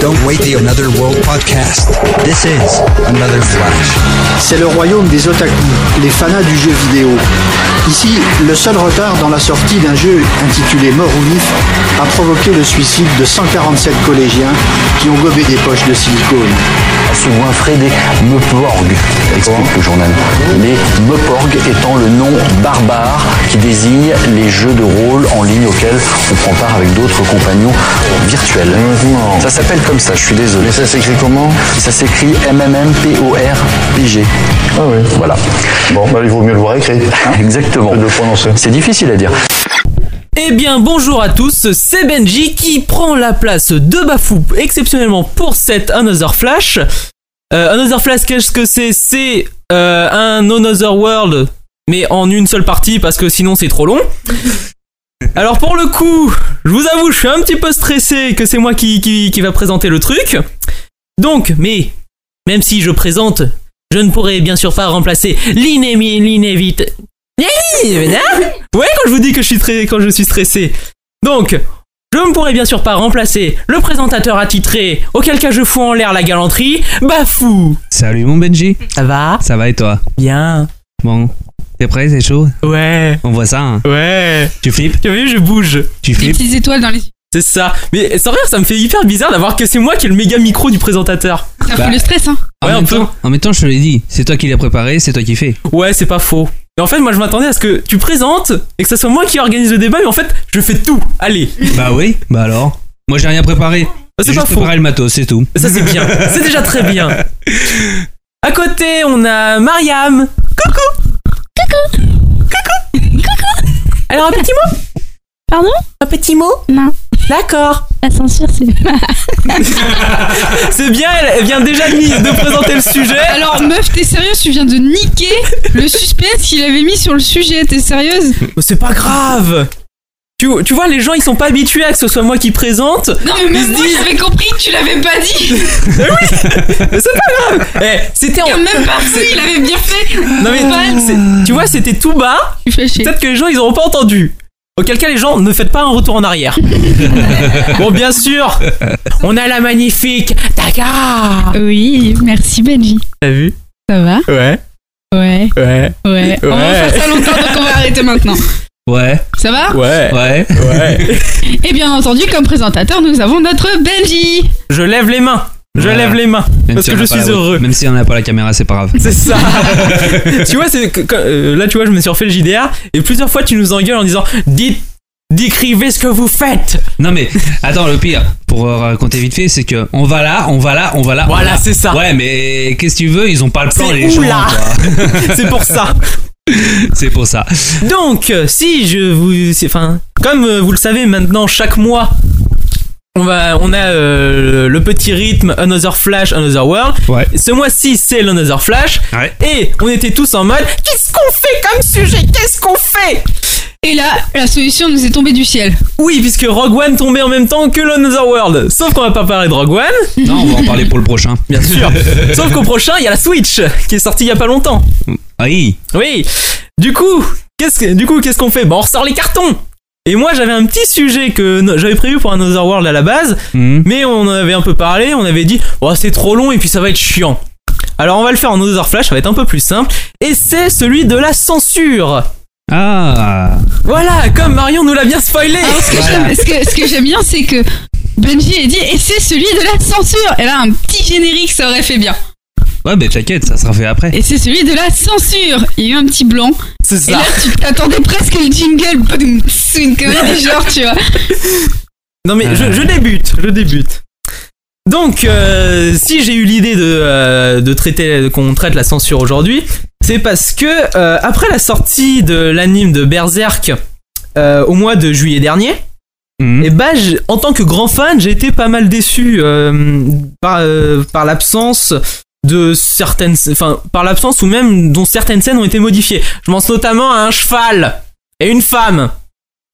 Don't wait the Another World podcast. This is Another Flash. C'est le royaume des otaku, les fanas du jeu vidéo. Ici, le seul retard dans la sortie d'un jeu intitulé Mort ou Vif a provoqué le suicide de 147 collégiens qui ont gobé des poches de silicone. Souvent Fred est Meporg, explique le journal. Mais Meporg étant le nom barbare qui désigne les jeux de rôle en ligne auxquels on prend part avec d'autres compagnons virtuels. Non. Ça s'appelle comme ça, je suis désolé. Mais ça s'écrit comment Ça s'écrit MMMPORPG. Ah oui. Voilà. Bon, bah, il vaut mieux le voir écrit. hein, Exactement. que de le prononcer. C'est difficile à dire. Eh bien bonjour à tous, c'est Benji qui prend la place de Bafou exceptionnellement pour cette Another Flash. Euh, Another Flash, qu'est-ce que c'est C'est euh, un Another World, mais en une seule partie parce que sinon c'est trop long. Alors pour le coup, je vous avoue, je suis un petit peu stressé que c'est moi qui, qui, qui va présenter le truc. Donc, mais même si je présente, je ne pourrai bien sûr pas remplacer l'inémi- l'inévitable. Ouais, quand je vous dis que je suis très, quand je suis stressé. Donc, je ne pourrais bien sûr pas remplacer le présentateur attitré, auquel cas je fous en l'air la galanterie, Bafou. Salut mon Benji, Ça va ça va et toi Bien. Bon, t'es prêt, c'est chaud Ouais. On voit ça, hein Ouais. Tu flippes Tu as vu, je bouge. Tu Des flippes petites étoiles dans les yeux. C'est ça. Mais sans rire, ça me fait hyper bizarre d'avoir que c'est moi qui ai le méga micro du présentateur. Ça Bah. fout le stress, hein. en, Ouais, un même peu. temps, en même temps, je te l'ai dit, c'est toi qui l'as préparé, c'est toi qui fais. Ouais, c'est pas faux. Mais en fait, moi je m'attendais à ce que tu présentes et que ce soit moi qui organise le débat, mais en fait, je fais tout. Allez. bah oui, bah alors Moi j'ai rien préparé. C'est J'ai pas juste faux. préparé le matos, c'est tout. Ça c'est bien, c'est déjà très bien. À côté, on a Mariam. Coucou. Coucou. Coucou. Coucou. Alors un petit mot Pardon Un petit mot Non, D'accord. la censure c'est. C'est bien, elle, elle vient déjà de, de présenter le sujet. Alors, meuf, t'es sérieuse Tu viens de niquer le suspense qu'il avait mis sur le sujet. T'es sérieuse Mais C'est pas grave. Tu, tu vois, les gens ils sont pas habitués à que ce soit moi qui présente. Non, Ils mais se même moi, disent- j'avais compris que tu l'avais pas dit. Mais C'est pas grave. Eh, c'était en. Et même partout, il avait bien fait. Non mais c'est- tu vois, c'était tout bas. Je suis fâchée. Peut-être que les gens ils auront pas entendu. Auquel cas les gens ne faites pas un retour en arrière. bon bien sûr, on a la magnifique Taka. Oui, merci Benji. T'as vu Ça va Ouais, Ouais, ouais, ouais. On va Ouais. faire ça longtemps, donc on va arrêter maintenant. Ouais, Ça va ouais, ouais. ouais. Et bien entendu, comme présentateur, nous avons notre Benji. Je lève les mains. Je Voilà. lève les mains. Même Parce si que on je n'a pas suis la- heureux. Même si on n'a pas la caméra, c'est pas grave. C'est ça. tu vois, c'est que- que- euh, là tu vois, je me suis refait le JDR et plusieurs fois tu nous engueules en disant dites décrivez ce que vous faites. Non mais, attends, le pire, pour euh, raconter vite fait, c'est que on va là, on va là, on va là. on Voilà, va là. c'est ça. Ah, Ouais, mais qu'est-ce que tu veux Ils ont pas le plan, C'est les gens. oula. quoi. c'est pour ça. C'est pour ça. Donc, euh, si je vous, c'est- enfin, comme euh, vous le savez maintenant, chaque mois, on va, on a euh, le petit rythme Another Flash, Another World. Ouais. Ce mois-ci, c'est l'Another Flash, Ouais. et on était tous en mode, qu'est-ce qu'on fait comme sujet, qu'est-ce qu'on fait Et là, la solution nous est tombée du ciel. Oui, puisque Rogue One tombait en même temps que l'Another World. Sauf qu'on va pas parler de Rogue One. Non, on va en parler pour le prochain. Bien sûr. Sauf qu'au prochain, il y a la Switch qui est sortie il y a pas longtemps. Oui. Oui. Du coup, qu'est-ce que- du coup, qu'est-ce qu'on fait Bon, on ressort les cartons. Et moi, j'avais un petit sujet que no- j'avais prévu pour Another World à la base, Mhm. mais on en avait un peu parlé. On avait dit, oh, c'est trop long et puis ça va être chiant. Alors, on va le faire en Another Flash, ça va être un peu plus simple. Et c'est celui de la censure. Ah. Voilà, comme Marion nous l'a bien spoilé. Alors, ce que j'aime- ce que, ce que j'aime bien, c'est que Benji a dit, et c'est celui de la censure. Et là, un petit générique, ça aurait fait bien. Ouais, mais t'inquiète, ça sera fait après. Et c'est celui de la censure. Il y a eu un petit blanc. C'est Et là, ça. tu t'attendais presque le jingle. Boum, C'est une comédie du genre, tu vois. Non mais je, je débute, Euh. je débute. Donc, euh, si j'ai eu l'idée de, euh, de traiter, qu'on traite la censure aujourd'hui, c'est parce que euh, après la sortie de l'anime de Berserk euh, au mois de juillet dernier, Mhm. et bah, j'- en tant que grand fan, j'ai été pas mal déçu euh, par, euh, par l'absence de certaines, enfin par l'absence ou même dont certaines scènes ont été modifiées. Je pense notamment à un cheval et une femme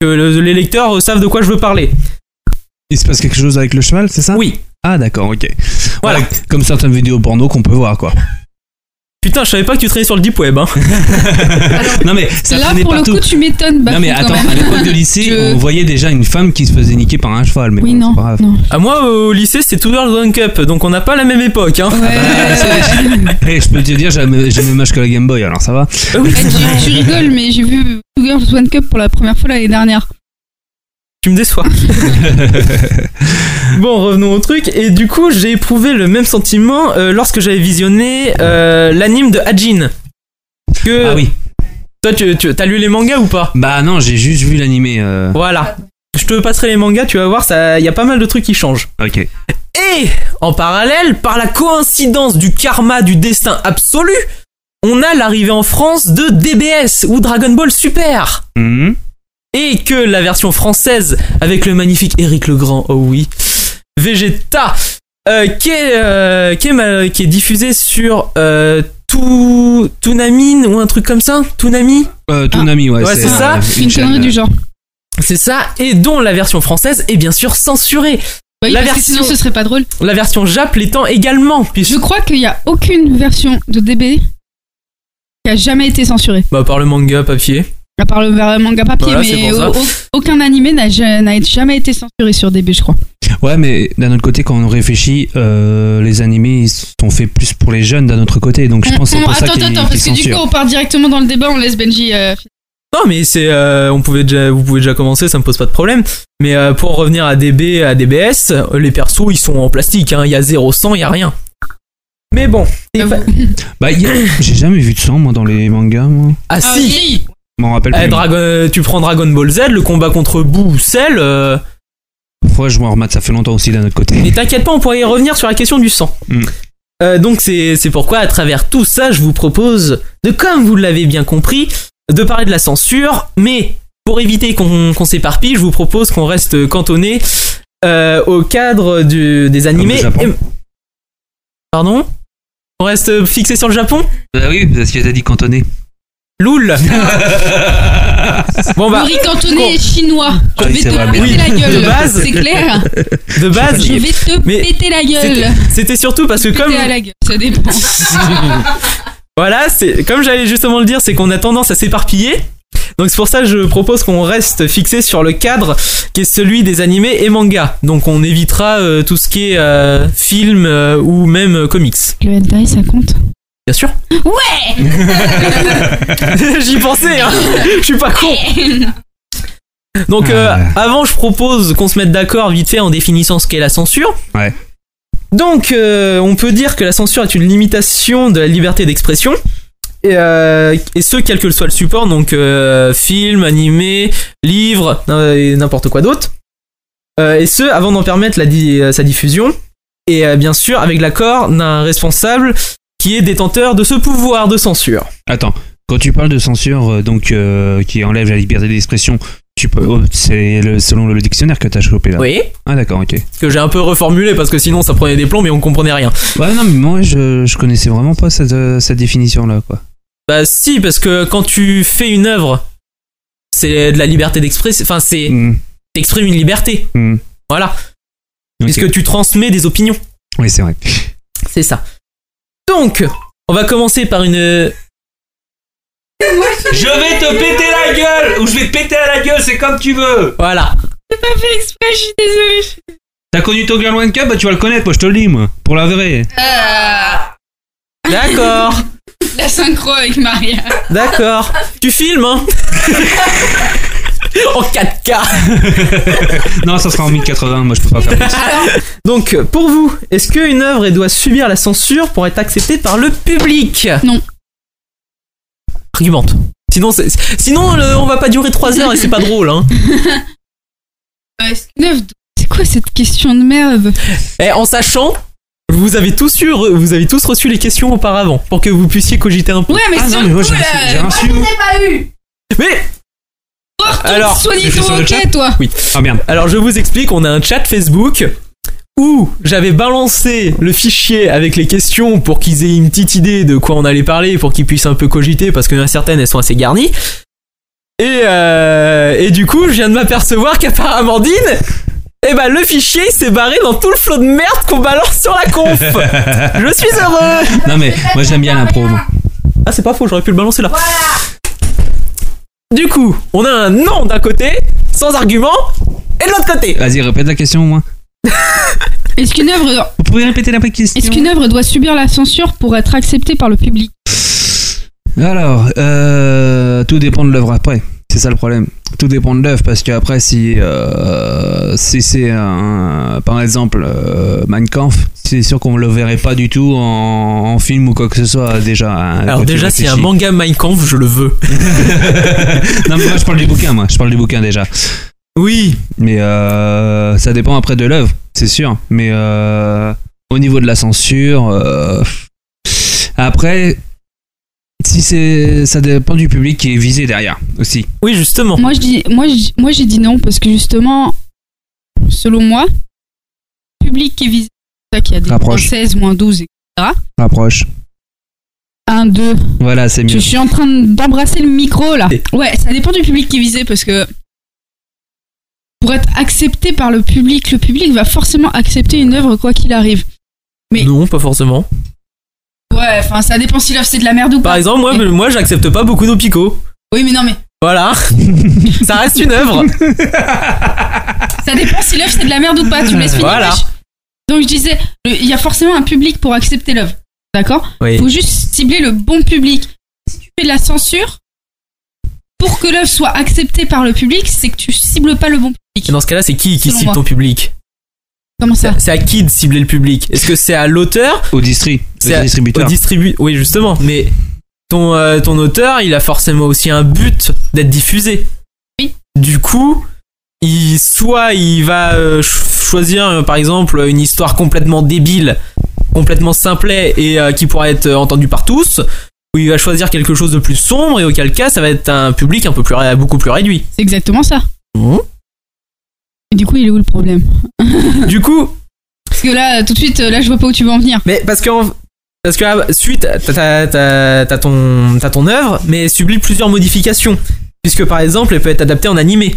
que le- les lecteurs euh, savent de quoi je veux parler. Il se passe quelque chose avec le cheval, c'est ça Oui. Ah d'accord, ok. Voilà. Ouais, comme certaines vidéos porno qu'on peut voir, quoi. Putain, je savais pas que tu traînais sur le deep web. Hein. Non mais ça Là, traînait pour partout. le coup, tu m'étonnes. Bafou, non mais Bah, quand attends, Ah, même. à l'époque de lycée, Je- on voyait déjà une femme qui se faisait niquer par un cheval. Mais Oui, bon, non. c'est pas grave. non. Ah, moi, au lycée, c'est Two Girls One Cup, donc on n'a pas la même époque. Hein. bah, Ouais. Eh, je peux te dire, j'ai le j'ai le même âge que la Game Boy, alors ça va. Eh, tu, tu rigoles, mais j'ai vu Two Girls One Cup pour la première fois l'année dernière. Tu me déçois. bon, revenons au truc. Et du coup, j'ai éprouvé le même sentiment euh, lorsque j'avais visionné euh, l'anime de Hajin. Que Ah oui. toi, tu, tu as lu les mangas ou pas Bah non, j'ai juste vu l'animé. euh, Voilà. Je te passerai les mangas, tu vas voir, ça, y a pas mal de trucs qui changent. Ok. Et en parallèle, par la coïncidence du karma du destin absolu, on a l'arrivée en France de DBS ou Dragon Ball Super. Mhm. et que la version française avec le magnifique Eric Legrand, oh oui, Vegeta, euh, qui, est, euh, qui, est ma- qui est diffusé sur euh, tout, Toonamine ou un truc comme ça Toonami Euh, Toonami, ouais. Ouais, c'est ça. euh, Ah. Une chaîne, connerie euh, du genre. C'est ça, et dont la version française est bien sûr censurée. Bah oui, La parce que sinon, version- ce serait pas drôle. La version Jap l'étant également. Puisque, Je crois qu'il n'y a aucune version de DB qui a jamais été censurée. bah, par le manga papier. À part le ver- manga papier, Voilà, c'est mais pour ça. au- au- aucun animé n'a ja- n'a jamais été censuré sur DB, je crois. Ouais, mais d'un autre côté, quand on réfléchit, euh, les animés ils sont faits plus pour les jeunes d'un autre côté, donc je pense que c'est On- on- pour ça Mm, attends, qu'ils attends, qu'ils parce que du coup, censurent. on part directement dans le débat, on laisse Benji. euh, Non, mais c'est, euh, on pouvait déjà, vous pouvez déjà commencer, ça me pose pas de problème. Mais euh, pour revenir à DB, à DBS, euh, les persos ils sont en plastique, hein. il y a 0 100, il y a rien. Mais bon, Eh eh ben, il ben, fa- Bah, y a- j'ai jamais vu de sang, moi, dans les mangas, moi. ah Ah, si, si. Je m'en rappelle Eh, plus. Dragon- euh, tu prends Dragon Ball Z, le combat contre Boo ou Cell, euh, Parfois, je m'en remate, ça fait longtemps aussi d'un autre mais côté. t'inquiète pas, on pourrait y revenir sur la question du sang. Mm. Euh, donc c'est c'est pourquoi à travers tout ça, je vous propose de, comme vous l'avez bien compris, de parler de la censure, mais pour éviter qu'on qu'on s'éparpille, je vous propose qu'on reste cantonné euh, au cadre du- des animés. Japon. Et- Pardon On reste fixé sur le Japon Bah oui, parce que t'as dit cantonné. Loul Bon bah, Marie Cantonnet est chinois. Je Ah oui, vais c'est te vrai, mais- péter la De gueule. base- C'est clair. de base, Je vais te Mais péter la c'était- gueule. c'était surtout parce que Péter comme... à la gueule, ça dépend. Voilà, c'est comme j'allais justement le dire, c'est qu'on a tendance à s'éparpiller. Donc c'est pour ça que je propose qu'on reste fixé sur le cadre qui est celui des animés et mangas. Donc on évitera euh, tout ce qui est euh, film euh, ou même euh, comics. Le hentai, ça compte Bien sûr. Ouais J'y pensais, hein Je suis pas con Donc euh, Ah. avant, je propose qu'on se mette d'accord vite fait en définissant ce qu'est la censure. Ouais. Donc euh, on peut dire que la censure est une limitation de la liberté d'expression. Et, euh, et ce, quel que soit le support, donc euh, film, animé, livre, euh, et n'importe quoi d'autre. Euh, et ce, avant d'en permettre la di- euh, sa diffusion. Et euh, bien sûr, avec l'accord d'un responsable qui est détenteur de ce pouvoir de censure. Attends, quand tu parles de censure, euh, donc, euh, qui enlève la liberté d'expression, tu peux. oh, c'est le- selon le dictionnaire que t'as chopé là. Oui. Ah, d'accord, ok. Que j'ai un peu reformulé parce que sinon ça prenait des plombs et on comprenait rien. Ouais, non, mais moi, je, je connaissais vraiment pas cette, euh, cette définition-là, quoi. Bah si, parce que quand tu fais une œuvre, c'est de la liberté d'expression. Enfin, c'est Mm, t'exprimes une liberté. mm. Voilà. Ok. Puisque tu transmets des opinions. Oui, c'est vrai. C'est ça. Donc, on va commencer par une Je vais te péter la gueule ou je vais te péter à la gueule, c'est comme tu veux. voilà. Pas fait exprès, je suis désolée. T'as connu Toggle One Cup, bah tu vas le connaître, moi je te le dis, moi, pour la vraie. D'accord. La synchro avec Maria. D'accord. Tu filmes hein En 4K. Non, ça sera en 1080, moi je peux pas faire plus. Donc, pour vous, est-ce qu'une œuvre elle doit subir la censure pour être acceptée par le public Non. Argumente. Sinon, c'est- sinon le- on va pas durer 3 heures et c'est pas drôle. Hein. Neuf. C'est quoi cette question de merde Eh, en sachant, vous avez, tous eu, vous avez tous reçu les questions auparavant pour que vous puissiez cogiter un peu. Ouais, mais Ah sur non, mais le moi coup, j'ai là, un j'ai un su. Mais Alors, Alors, soigne tu fais ton sur le chat hockey, toi. Ah merde. Alors je vous explique, on a un chat Facebook où j'avais balancé le fichier avec les questions pour qu'ils aient une petite idée de quoi on allait parler, pour qu'ils puissent un peu cogiter, parce qu'il y en a certaines, elles sont assez garnies. Et, euh, et du coup, je viens de m'apercevoir qu'apparemment, Dine, eh ben le fichier il s'est barré dans tout le flot de merde qu'on balance sur la conf. je suis heureux. Non mais moi j'aime bien l'impro. moi. Ah c'est pas faux, j'aurais pu le balancer là. Du coup, on a un non d'un côté, sans argument, et de l'autre côté. Vas-y, répète la question au moins. Est-ce qu'une œuvre, Vous pouvez répéter la question est-ce qu'une œuvre doit subir la censure pour être acceptée par le public Alors, euh, tout dépend de l'œuvre après. C'est ça le problème. Tout dépend de l'œuvre parce qu'après, si, euh, si c'est un. Par exemple, euh, Mein Kampf, c'est sûr qu'on le verrait pas du tout en, en film ou quoi que ce soit déjà. hein, Alors quand tu déjà, s'il y a un réfléchis. manga Mein Kampf, je le veux. non, mais moi je parle du bouquin, moi. Je parle du bouquin déjà. Oui. Mais euh, ça dépend après de l'œuvre, c'est sûr. Mais euh, au niveau de la censure, euh, après, si c'est, ça dépend du public qui est visé derrière aussi. Oui, justement. Moi, je dis, moi, je dis- moi, j'ai dit non parce que justement, selon moi, le public qui est visé, c'est ça qu'il y a des Rapproche. moins 16, moins 12, etc. Rapproche. 1, 2. Voilà, c'est Je mieux. suis en train d'embrasser le micro là. Et- Ouais, ça dépend du public qui est visé parce que pour être accepté par le public, le public va forcément accepter une œuvre quoi qu'il arrive. Mais- Non, pas forcément. Ouais, enfin, ça dépend si l'œuvre c'est de la merde ou Par pas. exemple, moi, moi j'accepte pas beaucoup nos picots. Oui, mais non, mais Voilà. Ça reste une œuvre. ça dépend si l'œuvre c'est de la merde ou pas. Tu me laisses finir. Voilà. wesh. Donc je disais, le- il y a forcément un public pour accepter l'œuvre. D'accord Oui. faut juste cibler le bon public. Si tu fais de la censure, pour que l'œuvre soit acceptée par le public, c'est que tu cibles pas le bon Et public. dans ce cas-là, c'est qui qui Selon cible moi. ton public Comment ça C'est c'est à qui de cibler le public Est-ce que c'est à l'auteur Au district, C'est au à- au distributeur. distribu- Oui, justement. Mais ton, euh, ton auteur, il a forcément aussi un but d'être diffusé. Oui. Du coup, il, soit il va euh, ch- choisir, euh, par exemple, une histoire complètement débile, complètement simplet et euh, qui pourra être euh, entendue par tous. Ou il va choisir quelque chose de plus sombre et auquel cas, ça va être un public un peu plus, ré- beaucoup plus réduit. C'est exactement ça. Et du coup, il est où le problème du coup, Parce que là, tout de suite, là, je vois pas où tu veux en venir. Mais parce que en- parce que ah, suite, t'as- t'as t'as- t'as ton t'as ton œuvre, mais elle subit plusieurs modifications. Puisque par exemple, elle peut être adaptée en animé.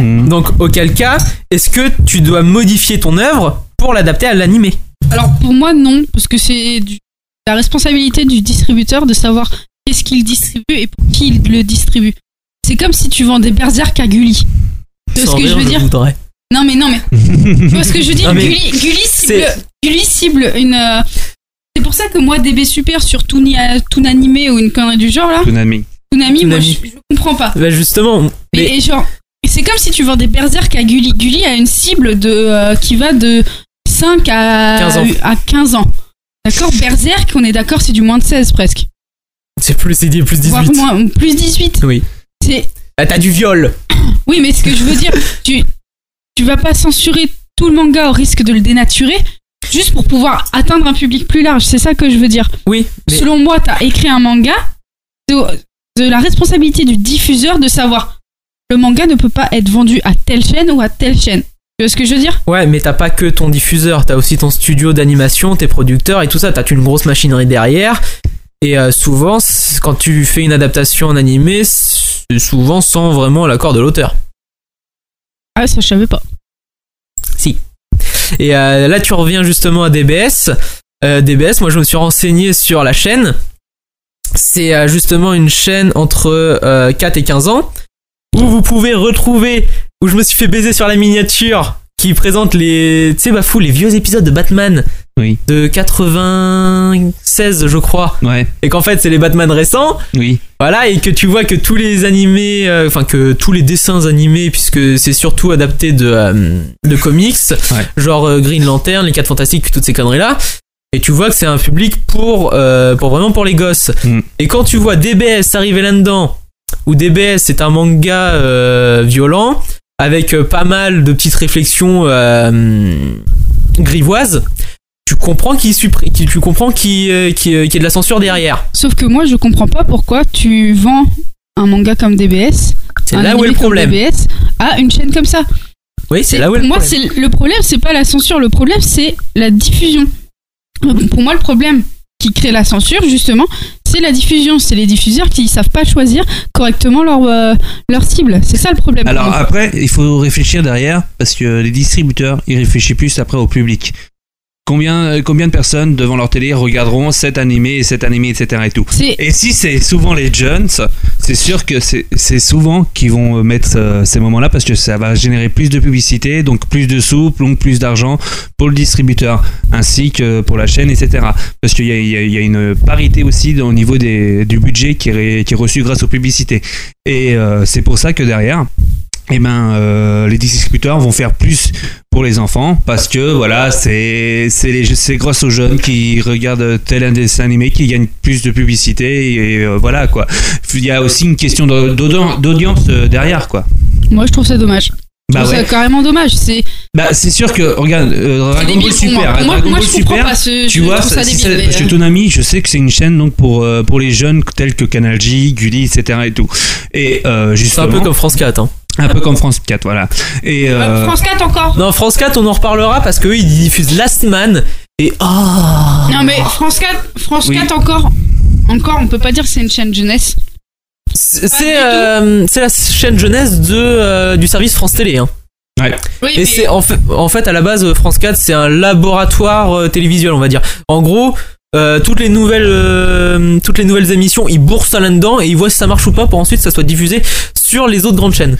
Mmh. Donc auquel cas, est-ce que tu dois modifier ton œuvre pour l'adapter à l'animé Alors, pour moi, non, parce que c'est du- la responsabilité du distributeur de savoir qu'est-ce qu'il distribue et pour qui il le distribue. C'est comme si tu vendais Berserk à Gulli. Tu vois ce que je veux dire voudrais. Non, mais non, mais. Tu vois ce que je veux dire Non, mais Gulli, Gulli cible, c'est- Gulli cible une. euh, C'est pour ça que moi, DB Super sur Toon Animé ou une connerie du genre, là, Konami. Toonami, moi, Toonami. je, je comprends pas. Bah justement, Et- mais Et, genre, c'est comme si tu vendais Berserk à Gulli. Gulli a une cible de, euh, qui va de 5 à 15 ans. à 15 ans. D'accord Berserk, on est d'accord, c'est du moins de 16 presque. c'est plus c'est dit plus 18. Voire moins, plus 18. Oui. C'est- Bah, t'as du viol. Oui, mais ce que je veux dire, tu, tu vas pas censurer tout le manga au risque de le dénaturer juste pour pouvoir atteindre un public plus large. C'est ça que je veux dire. Oui. Mais, Selon moi, t'as écrit un manga, c'est au- de la responsabilité du diffuseur de savoir le manga ne peut pas être vendu à telle chaîne ou à telle chaîne. Tu vois ce que je veux dire ouais, mais t'as pas que ton diffuseur, t'as aussi ton studio d'animation, tes producteurs et tout ça. T'as une grosse machinerie derrière. Et euh, souvent, c- quand tu fais une adaptation en animé, c'est souvent sans vraiment l'accord de l'auteur. Ah ça je savais pas. Et euh, là, tu reviens justement à DBS. Euh, DBS, moi, je me suis renseigné sur la chaîne. C'est euh, justement une chaîne entre euh, 4 et 15 ans où vous pouvez retrouver où je me suis fait baiser sur la miniature qui présente les tu sais bah fou les vieux épisodes de Batman Oui. de 96 je crois Ouais, et qu'en fait c'est les Batman récents oui. voilà, et que tu vois que tous les animés, euh, enfin que tous les dessins animés, puisque c'est surtout adapté de, euh, de comics, Ouais. genre euh, Green Lantern, les 4 Fantastiques, toutes ces conneries-là, et tu vois que c'est un public pour, euh, pour vraiment pour les gosses. Mm. Et quand tu vois DBS arriver là-dedans, où DBS c'est un manga euh, violent, avec euh, pas mal de petites réflexions euh, grivoises, tu comprends qu'il suppr- qu'il- tu comprends qu'il euh, qu'il y a- qu'il y a de la censure derrière. Sauf que moi je comprends pas pourquoi tu vends un manga comme DBS, C'est un là où est animé le comme problème. DBS à une chaîne comme ça. Oui, c'est là où est pour le moi problème. c'est le problème, c'est pas la censure, le problème c'est la diffusion. Pour moi le problème qui crée la censure justement, c'est la diffusion, c'est les diffuseurs qui savent pas choisir correctement leur, euh, leur cible. C'est ça le problème. Alors ah. après, il faut réfléchir derrière, parce que les distributeurs, ils réfléchissent plus après au public. Combien, euh, combien de personnes devant leur télé regarderont cet animé et cet animé, etc. et tout C'est- Et si c'est souvent les jeunes, c'est sûr que c'est c'est souvent qu'ils vont mettre euh, ces moments-là parce que ça va générer plus de publicité, donc plus de sous, donc plus d'argent pour le distributeur, ainsi que pour la chaîne, etc. Parce qu'il y, a- il y a- il y a une parité aussi dans- au niveau des, du budget qui est, ré- qui est reçu grâce aux publicités. Et euh, c'est pour ça que derrière, eh ben, euh, les distributeurs vont faire plus pour les enfants parce que voilà, c'est c'est les- c'est grâce aux jeunes qui regardent tel un dessin animé qui gagnent plus de publicité et euh, voilà quoi. Il y a aussi une question d'au- d'audien- d'audience euh, derrière quoi. Moi, je trouve ça dommage. Je Bah trouve ouais. ça carrément dommage. C'est Bah c'est sûr que regarde euh, c'est Dragon Ball débile pour Super, moi. hein, Moi, Dragon moi, Ball je comprends Super, pas ce. tu je vois, trouve ça- ça si débile. ça- mais, parce que euh, Tonami, je sais que c'est une chaîne donc pour euh, pour les jeunes tels que Canal J, Gulli, etc et tout. Et euh, C'est justement, un peu comme France 4. hein. comme France 4, voilà. Et euh, France 4 encore. Non, France 4, on en reparlera parce qu'eux, ils diffusent Last Man. Et ah Non mais France 4, France Oh. Oui. 4 encore, encore, on peut pas dire que c'est une chaîne jeunesse. C'est du c'est, euh, c'est la chaîne jeunesse de, euh, du service France Télé. hein. Oui, Et c'est en fait, en fait, à la base, euh, France 4, c'est un laboratoire euh, télévisuel, on va dire. En gros, euh, toutes, les nouvelles, euh, toutes les nouvelles émissions, ils bourrent ça là-dedans et ils voient si ça marche ou pas pour ensuite que ça soit diffusé sur les autres grandes chaînes.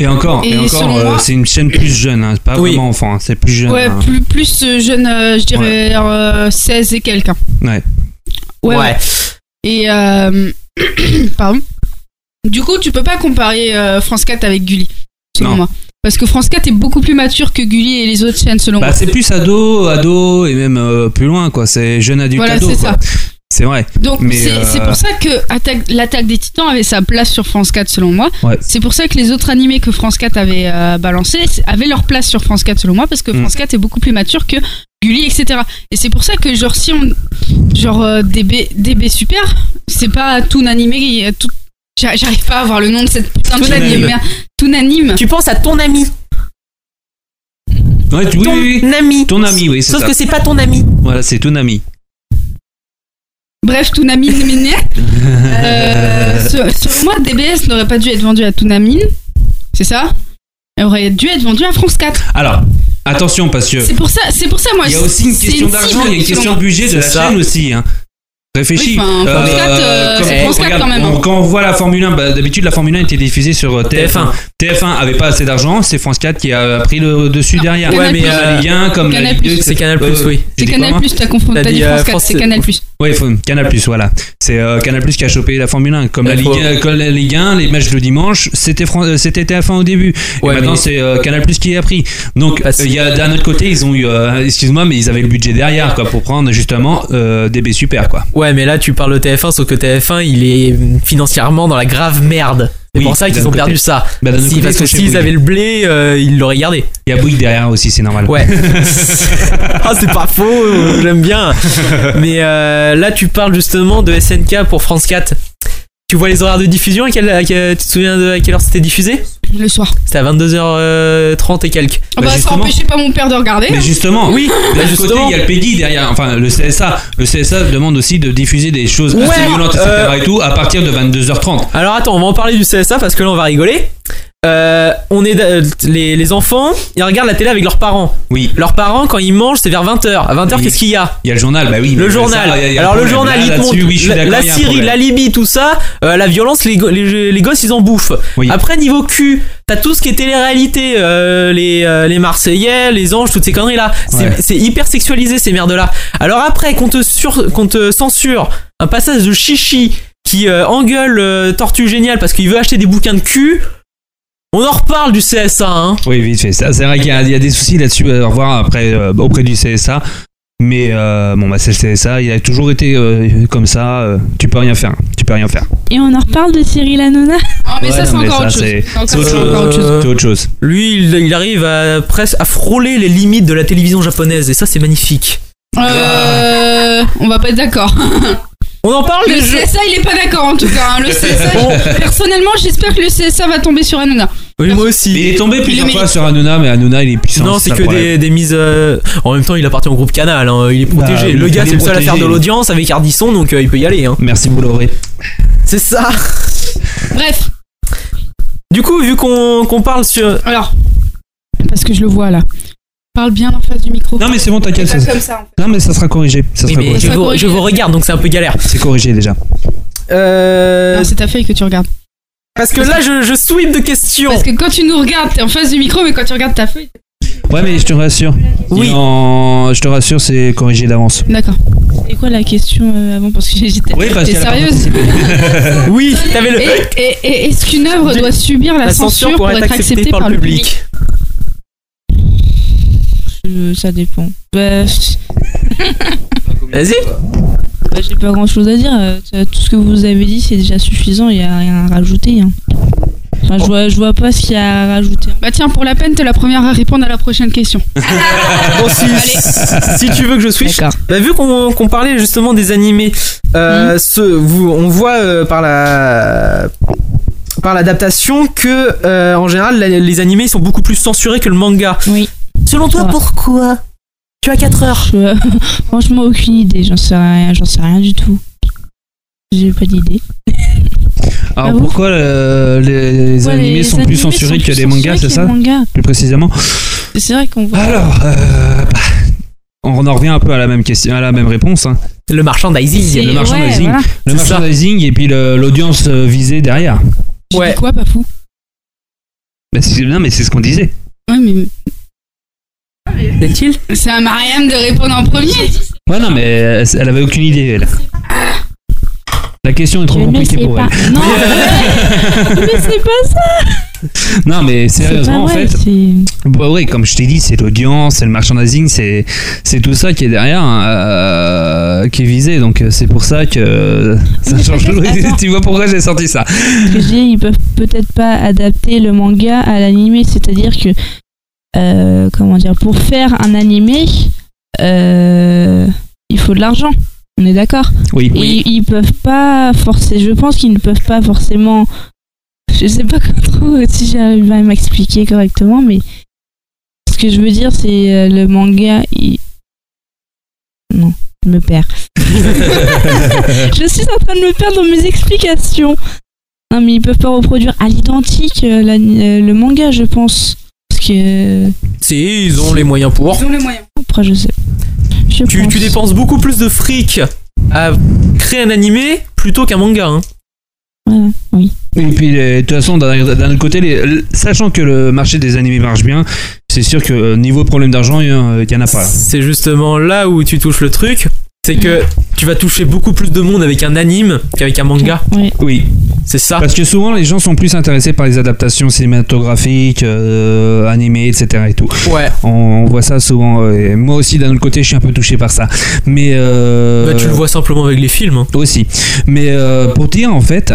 Et encore, et, Et encore, selon euh, moi- c'est une chaîne plus jeune, hein, c'est pas Oui. vraiment enfant, hein, c'est plus jeune. ouais, hein. plus plus euh, jeune, euh, je dirais euh, 16 et quelqu'un. Ouais. Ouais. ouais. Et euh, pardon. Du coup, tu peux pas comparer euh, France 4 avec Gulli, selon Non. moi, parce que France 4 est beaucoup plus mature que Gulli et les autres chaînes, selon Bah, moi. c'est plus ado, ado et même euh, plus loin quoi. C'est jeune adulte Voilà, ado. c'est quoi. ça. C'est vrai. Donc Mais, c'est euh, c'est pour ça que Attaque- l'attaque des Titans avait sa place sur France 4 selon moi. Ouais. C'est pour ça que les autres animés que France 4 avait euh, balancés c- avaient leur place sur France 4 selon moi parce que Mm. France 4 est beaucoup plus mature que Gulli etc. Et c'est pour ça que genre si on genre euh, DB DB Super c'est pas tout animé euh, tout j'a- j'arrive pas à avoir le nom de cette putain de chaîne de Toonanime. merde. Toonanime. Tu penses à ton ami. Ouais, tu- oui, ton oui, oui. ami. Ton ami, oui, c'est Sauf ça. que c'est pas ton ami. Voilà, c'est ton ami. Bref Toonanime. Euh, se- selon moi DBS n'aurait pas dû être vendu à Toonanime. C'est ça Elle aurait dû être vendue à France 4. Alors, attention parce que C'est pour ça, c'est pour ça, moi. il y a aussi une c'est question une d'argent, il y a une cible, question selon de budget de C'est la ça. chaîne aussi. Hein. Réfléchis. Oui, enfin, France 4, euh, comme- c'est France 4 regarde, quand même, hein. on- quand on voit la Formule 1, bah, d'habitude la Formule 1 était diffusée sur euh, TF1. TF1. TF1 avait pas assez d'argent, c'est France 4 qui a pris le dessus Euh, Non, derrière. Canal+. mais euh, la Ligue 1 comme la Canal+. Ligue 2, C'est Canal+, euh, oui. j'ai C'est dit Canal quoi, Plus, t'as confondu, T'as t'as dit dit, France euh, 4, France, c'est c'est- Canal Plus. Oui, faut- Canal Plus, voilà. C'est euh, Canal Plus qui a chopé la Formule 1. Comme, Ouais, la Ligue, faut- euh, comme la Ligue 1, les matchs de dimanche, c'était Fran- euh, c'était TF1 au début. Ouais, Et maintenant, mais- c'est euh, Canal Plus qui a pris. Donc, Parce- euh, il y a d'un autre côté, ils ont eu, euh, excuse-moi, mais ils avaient le budget derrière, quoi, pour prendre justement euh, DB Super, quoi. Ouais, mais là, tu parles de TF1, sauf que TF1, il est financièrement dans la grave merde. C'est Oui, pour ça d'un qu'ils ont côté. perdu ça. Bah, d'un autre Si- côté, parce que c'est s'ils Bouygues. avaient le blé, euh, ils l'auraient gardé. Il y a Bouygues derrière aussi, c'est normal. Ouais. ah, c'est pas faux, euh, j'aime bien. Mais euh, là, tu parles justement de SNK pour France 4. Tu vois les horaires de diffusion à quelle, à quelle- Tu te souviens de à quelle heure c'était diffusé Le soir. C'était à 22h30 et quelques. Ah Bah, bah, ça justement. empêchait pas mon père de regarder. Mais justement, Oui, d'un autre côté, justement. il y a le PEGI derrière, enfin le CSA. Le CSA demande aussi de diffuser des choses assez Ouais, violentes, etc. euh, et tout, à partir de 22h30. Alors attends, on va en parler du CSA parce que là, on va rigoler. Euh, on est euh, les, les enfants, ils regardent la télé avec leurs parents. Oui. Leurs parents, quand ils mangent, c'est vers 20h. À 20h, Oui. qu'est-ce qu'il y a Il y a le journal, bah oui. mais le ça, journal. il y a- il y a un Alors le problème. journal, Là, il te là-dessus, montre oui, je suis la, d'accord, la il y a un Syrie, problème. la Libye, tout ça, euh, la violence, les, go- les, les gosses, ils en bouffent. Oui. Après niveau cul, t'as tout ce qui est télé-réalité, euh, les, euh, les Marseillais, les Anges, toutes ces conneries là. C'est Ouais. c'est hyper sexualisé ces merdes là. Alors après qu'on te, sur- qu'on te censure un passage de chichi qui euh, engueule euh, Tortue Génial parce qu'il veut acheter des bouquins de cul. On en reparle du CSA, hein. Oui, vite fait. Ça, C'est vrai qu'il y, a- il y a des soucis là-dessus à revoir après, euh, auprès du CSA. Mais euh, bon, bah, c'est le CSA. Il a toujours été euh, comme ça. euh, tu peux rien faire. Tu peux rien faire. Ah, Et on en reparle de Cyril Hanouna. Ah, mais Ouais, ça, c'est non, mais encore ça, autre chose. c'est- C'est encore- c'est autre c'est encore autre chose. Euh, C'est autre chose. Lui, il, il arrive à, presque à frôler les limites de la télévision japonaise et ça, c'est magnifique. Euh, On va pas être d'accord. On en parle Le des jeux. CSA, il est pas d'accord en tout cas. hein. Le CSA, personnellement, j'espère que le CSA va tomber sur Hanouna. Oui, moi aussi. Il est tombé plusieurs il est fois sur Hanouna, mais Hanouna il est puissant. Non, ça c'est que le problème. des, des mises. euh, En même temps, il appartient au groupe Canal, hein, il est Bah, protégé. oui, le gars, il est c'est le seul à protégé. faire de l'audience avec Ardisson, donc euh, il peut y aller. Hein. Merci Bolloré. C'est ça. Bref, Du coup, vu qu'on qu'on parle sur. alors. Parce que je le vois là. Parle bien en face du micro. Non mais c'est bon, t'inquiète. Pas ça- comme ça. en fait. Non mais ça sera corrigé. Ça Oui, sera mais corrigé. je, vous, je vous regarde, donc c'est un peu galère. C'est corrigé déjà. Euh, Non, hein. C'est ta feuille que tu regardes. parce que là, je, je sweep de questions. Parce que quand tu nous regardes, t'es en face du micro, mais quand tu regardes ta feuille. t'es- Ouais mais je te rassure. Oui. Non, je te rassure, c'est corrigé d'avance. D'accord. C'est quoi la question euh, avant Parce que j'étais. Oui, parce T'es qu'elle a pas sérieuse Oui, t'avais le. Et, et- et est-ce qu'une œuvre doit subir la, censure pour être acceptée par, le public, Euh, ça dépend. Bah, Vas-y. bah, j'ai pas grand chose à dire. Euh, ça- Tout ce que vous avez dit, c'est déjà suffisant. Il y a rien à rajouter. hein. Enfin, je vois, je vois pas ce qu'il y a à rajouter. hein, Bah tiens, pour la peine, t'es la première à répondre à la prochaine question. Bon, si, si tu veux que je switch. D'accord. Mhm. Bah, vu qu'on qu'on parlait justement des animés, euh, ce, vous, on voit euh, par la par l'adaptation que euh, en général la- les animés sont beaucoup plus censurés que le manga. Oui. Selon toi, Ouais. pourquoi Tu as 4 heures. Je- euh, franchement, aucune idée. J'en sais rien. J'en sais rien du tout. J'ai pas d'idée. Alors Ah bon pourquoi euh, les, les Ouais, animés sont plus censurés que plus les mangas, censurés c'est que ça les mangas. Plus précisément. C'est vrai qu'on voit. Alors, euh, bah, on en revient un peu à la même question, à la même réponse. hein. Le C'est- merchandising. le merchandising. ouais, voilà. Le C'est ça. merchandising et puis le- l'audience euh, visée derrière. J'ai Ouais. dit quoi, pas fou Bah, c'est- non mais c'est ce qu'on disait. Ouais, mais Est-il c'est à Marianne de répondre en premier. Ouais non mais elle, elle avait aucune idée elle. La question est trop Je ne sais compliquée pour pas. elle. Non, mais c'est pas ça. Non mais C'est pas sérieusement en vrai, fait, c'est- Bah ouais, comme je t'ai dit, c'est l'audience, c'est le merchandising, c'est c'est tout ça qui est derrière, hein, euh, qui est visé. Donc euh, c'est pour ça que euh, ça Mais change tout. peut-être- attends. tu vois pourquoi j'ai sorti ça que j'ai, ils peuvent peut-être pas adapter le manga à l'animé, c'est-à-dire que euh, comment dire, pour faire un animé, euh, il faut de l'argent. On est d'accord. Oui. Et ils peuvent pas forcer. Je pense qu'ils ne peuvent pas forcément. Je sais pas trop si j'arrive à m'expliquer correctement, mais ce que je veux dire, c'est euh, le manga. il- Non, je me perds. je suis en train de me perdre dans mes explications. Non, mais ils peuvent pas reproduire à l'identique euh, la- euh, le manga, je pense. Parce que. Si, ils ont les moyens pour. Ils ont les moyens. Après, je sais. Je Tu, pense. tu dépenses beaucoup plus de fric à créer un animé plutôt qu'un manga. hein. Voilà, oui. Et puis euh, de toute façon, d'un d'un autre côté, les- le- sachant que le marché des animés marche bien, c'est sûr que euh, niveau problème d'argent, il y en- il y en a pas. C'est justement là où tu touches le truc. C'est que tu vas toucher beaucoup plus de monde avec un anime qu'avec un manga. Ouais. Oui. C'est ça. Ah. Parce que souvent, les gens sont plus intéressés par les adaptations cinématographiques, euh, animées, etc. et tout. Ouais. On, on voit ça souvent. euh, et moi aussi, d'un autre côté, je suis un peu touché par ça. Mais euh, Bah, tu le vois simplement avec les films. hein. aussi. Mais euh, pour dire en fait,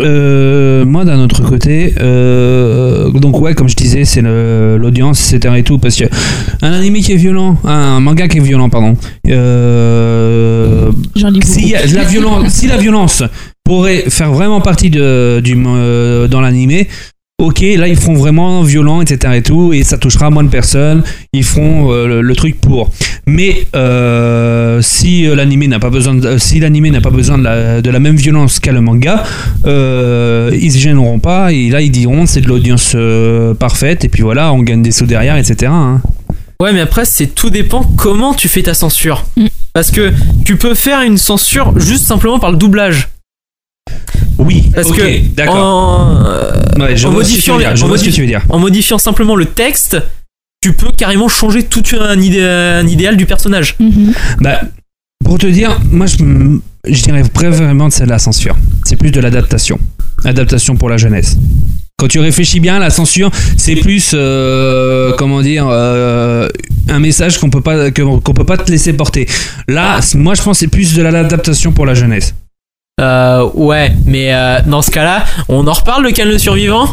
euh, moi d'un autre côté, euh, donc ouais, comme je disais, c'est le- l'audience, etc. et tout, parce que un anime qui est violent, un manga qui est violent, pardon. euh, J'en lis beaucoup. si y a la violence, si la violence pourrait faire vraiment partie de, du euh, dans l'animé. Ok, là ils feront vraiment violent, etc. et tout, et ça touchera moins de personnes. Ils feront euh, le, le truc pour. Mais euh, si euh, l'animé n'a pas besoin, de, euh, si l'animé n'a pas besoin de la, de la même violence qu'à le manga, euh, ils se gêneront pas. Et là ils diront c'est de l'audience euh, parfaite. Et puis voilà, on gagne des sous derrière, etc. hein. Ouais, mais après, c'est tout dépend comment tu fais ta censure. Mm. Parce que tu peux faire une censure juste simplement par le doublage. Oui. Parce ok, que d'accord. en, euh, Ouais, je en vois ce que tu modifiant veux les- dire, je en vois ce que modifi- tu veux dire. en modifiant simplement le texte, tu peux carrément changer tout un, idé- un idéal du personnage. Mhm. Bah, pour te dire, moi je, m- je dirais vraiment que c'est de la censure. C'est plus de l'adaptation. Adaptation pour la jeunesse. Quand tu réfléchis bien, la censure, c'est plus, euh, comment dire, euh, un message qu'on peut pas, que- qu'on peut pas te laisser porter. Là, c- moi je pense que c'est plus de l'adaptation pour la jeunesse. Euh, ouais, mais euh, dans ce cas-là, on en reparle le canne le survivant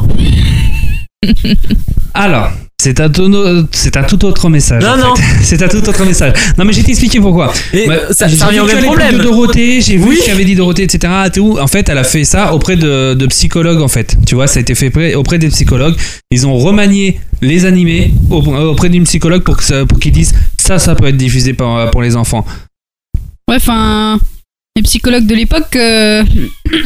Alors, C'est un, tono- c'est un tout autre message. Non, en non. fait. C'est un tout autre message. Non, mais je vais t'expliquer pourquoi. Et Bah, ça, j'ai ça revient vu au que tu même allais problème. parler de Dorothée, j'ai Oui. vu que tu avais dit Dorothée, etc. Ah, t'es où En fait, elle a fait ça auprès de, de psychologues, en fait. Tu vois, ça a été fait près- auprès des psychologues. Ils ont remanié les animés au- auprès d'une psychologue pour que ça- pour qu'ils disent ça, ça peut être diffusé par- pour les enfants. Ouais, enfin, les psychologues de l'époque, euh,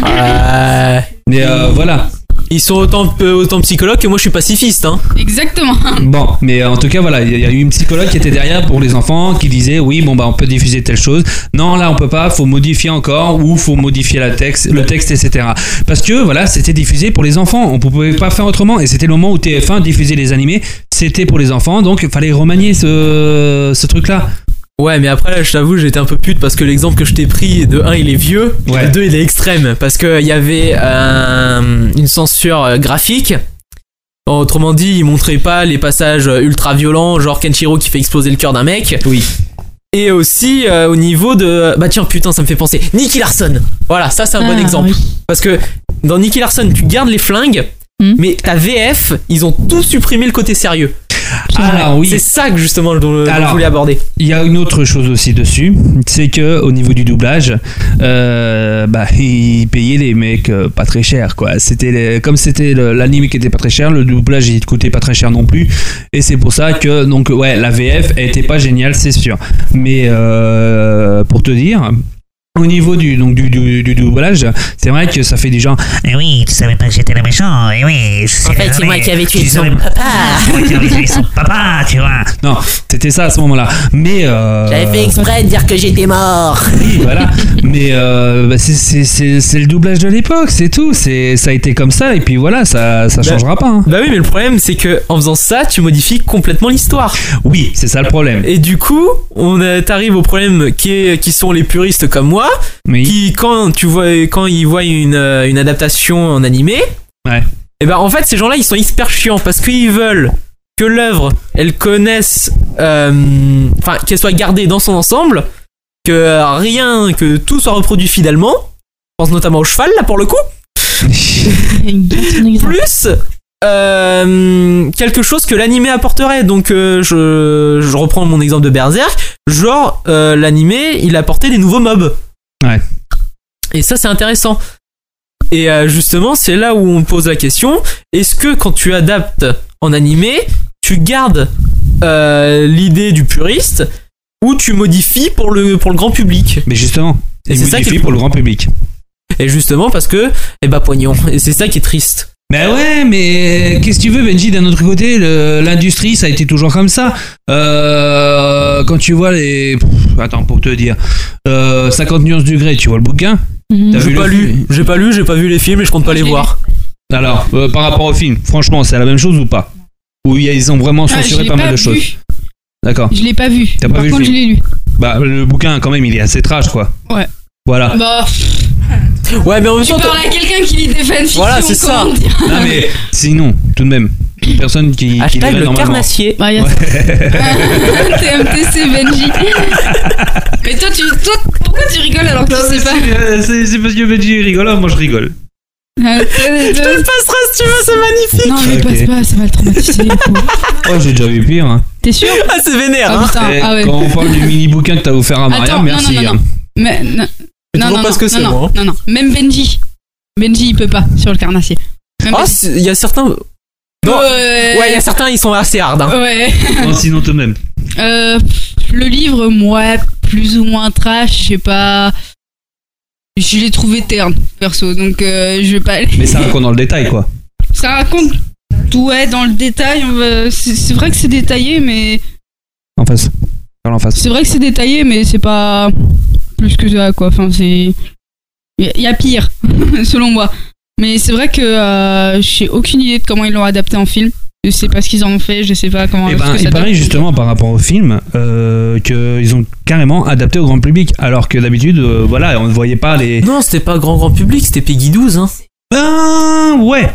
Euh, Mais euh, voilà. ils sont autant, euh, autant psychologues que moi je suis pacifiste. Hein. exactement. Bon, mais euh, en tout cas, voilà, il y a- il y a eu une psychologue qui était derrière pour les enfants qui disait oui, bon bah on peut diffuser telle chose. Non, là on peut pas, faut modifier encore ou faut modifier la texte, le texte, etc. Parce que voilà, c'était diffusé pour les enfants, on pouvait pas faire autrement et c'était le moment où TF1 diffusait les animés, c'était pour les enfants, donc il fallait remanier ce, ce truc-là. Ouais, mais après, là, je t'avoue, j'étais un peu pute parce que l'exemple que je t'ai pris, de 1, il est vieux, Ouais. de 2, il est extrême. Parce qu'il y avait euh, une censure euh, graphique. Autrement dit, il montrait pas les passages euh, ultra violents, genre Kenshiro qui fait exploser le cœur d'un mec. Oui. Et aussi euh, au niveau de. Bah tiens, putain, ça me fait penser. Nicky Larson Voilà, ça, c'est un bon Ah, exemple. oui. Parce que dans Nicky Larson, tu gardes les flingues, Hmm. mais ta VF, ils ont tout supprimé le côté sérieux. Alors Ah, oui, Ah, C'est ça que justement dont- dont je Alors. voulais aborder. il y a une autre chose aussi dessus, c'est que au niveau du doublage, euh, bah ils payaient les mecs euh, pas très cher quoi. C'était les- comme c'était le- l'anime qui était pas très cher, le doublage il coûtait pas très cher non plus, et c'est pour ça que donc ouais la VF elle était pas géniale c'est sûr. Mais euh, pour te dire. Au niveau du, donc du, du- du doublage, c'est vrai que ça fait des gens. Eh oui, tu savais pas que j'étais le méchant. Eh oui, je suis désolé. Tu savais- C'est moi qui avais tué son papa, tu vois. Non, c'était ça à ce moment-là. Mais. euh, exprès de dire que j'étais mort. Oui, voilà. Mais euh, bah, c'est- c'est c'est- c'est le doublage de l'époque, c'est tout. C'est ça a été comme ça et puis voilà, ça ça changera pas. hein. Bah oui, mais le problème c'est que en faisant ça, tu modifies complètement l'histoire. Oui, c'est ça le problème. Et du coup, on a- t'arrives au problème qui, est- qui sont les puristes comme moi, Oui. qui quand tu vois quand ils voient une, euh, une adaptation en animé, Ouais. Et ben en fait ces gens-là ils sont hyper chiants parce qu'ils veulent que l'œuvre elle connaisse, euh, enfin qu'elle soit gardée dans son ensemble, que rien, que tout soit reproduit fidèlement. Je pense notamment au cheval là pour le coup. Garde ton exemple. plus euh, quelque chose que l'animé apporterait. Donc euh, je, je reprends mon exemple de Berserk. Genre euh, l'animé, il apportait des nouveaux mobs. Ouais. Et ça c'est intéressant. Et euh, justement, c'est là où on pose la question est-ce que quand tu adaptes en animé, tu gardes euh, l'idée du puriste ou tu modifies pour le pour le grand public Mais justement, Et il c'est ça modifie qui est- pour le grand public. Et justement parce que eh ben poignant. Et c'est ça qui est triste. Mais Bah ouais, mais qu'est-ce que tu veux, Benji D'un autre côté, le- l'industrie, ça a été toujours comme ça. Euh, quand tu vois les, Pff, attends pour te dire, euh, 50 nuances du gré, tu vois le bouquin. Mhm. T'as J'ai vu pas le- lu, j'ai pas lu, j'ai pas vu les films et je compte pas les Je l'ai voir. Alors, euh, par rapport au film, franchement, c'est la même chose ou pas Ou y a- ils ont vraiment Ah, je censuré l'ai pas mal de vu. choses. D'accord. Je l'ai pas vu. T'as pas Par vu le contre, je film l'ai lu. Bah, le bouquin, quand même, il est assez trash, quoi. Ouais. Voilà. Bah, Ouais, mais en même tu temps, parles à quelqu'un qui lit des fanfictions. Voilà, c'est ça. comment dire Non, mais sinon, tout de même, une personne qui. qui hashtag devrait le normalement- carnassier. Bah, y a ça. TMTC Benji. Mais toi, tu, toi, pourquoi tu rigoles alors que Non, tu mais sais pas c'est- euh, C'est c'est parce que Benji est rigolo, moi je rigole. Ah, Je te le passerai si tu veux, c'est magnifique. Non, mais Ok. passe pas, ça va le traumatiser. le pauvre. Oh, j'ai déjà vu pire. hein. T'es sûr Ah, c'est vénère, Ah hein. putain, Eh, ah ouais. Quand on parle du mini bouquin que t'as offert à Maria, Attends, non, merci. non, non, hein. Mais non, Mais non, tu vois non, pas ce que c'est, non, moi, hein. non, non, même Benji. Benji, il peut pas sur le carnassier. Même Ah, Benji. c'est- Euh, il y a certains. non. Ouais. Ouais, il y a certains, ils sont assez hard. Hein. Ouais. Non, sinon, tout de même. Euh, le livre, moi, plus ou moins trash, je sais pas. Je l'ai trouvé terne, perso, donc euh, je vais pas. aller- Mais ça raconte dans le détail, quoi. Ça raconte tout, ouais, dans le détail. on va- C'est c'est vrai que c'est détaillé, mais. En face. Parle en face. C'est vrai que c'est détaillé, mais c'est pas plus que ça, quoi. Enfin, c'est. Il y a pire, selon moi. Mais c'est vrai que euh, j'ai aucune idée de comment ils l'ont adapté en film. Je sais pas ce qu'ils en ont fait, je sais pas comment. Eh Et ce ben, que ça il donne. paraît justement par rapport au film euh, qu'ils ont carrément adapté au grand public, alors que d'habitude, euh, voilà, on ne voyait pas les. Non, c'était pas grand grand public, c'était Peggy 12. Hein. Ben ouais,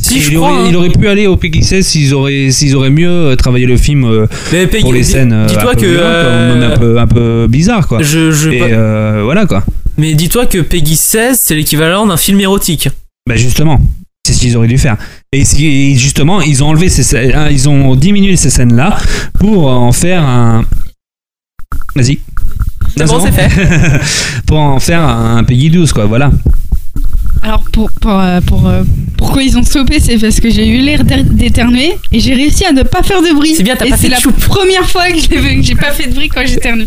Si, je il, crois. aurait, hein. il aurait pu aller au PXS s'ils auraient, s'ils auraient mieux euh, travaillé le film euh, Mais Peggy, pour les dis- scènes euh, un, Dis-toi peu que. violentes, euh, quoi, même un peu, un peu bizarre quoi. Je, je, Et euh, voilà quoi. Mais dis-toi que Peggy 16, c'est l'équivalent d'un film érotique. Bah justement, Ben, c'est ce qu'ils auraient dû faire. Et si- et justement, ils ont enlevé ces scè- hein, ils ont diminué ces scènes-là pour en faire un. Vas-y. C'est Ah bon, c'est fait. pour en faire un Peggy 12, quoi, voilà. Alors pour, pour, euh, pour, euh, pourquoi ils ont stoppé, c'est parce que j'ai eu l'air d'é- d'éternuer et j'ai réussi à ne pas faire de bruit. C'est bien, t'as Et pas fait c'est de la choupe. première fois que j'ai que j'ai pas fait de bruit quand j'éternue.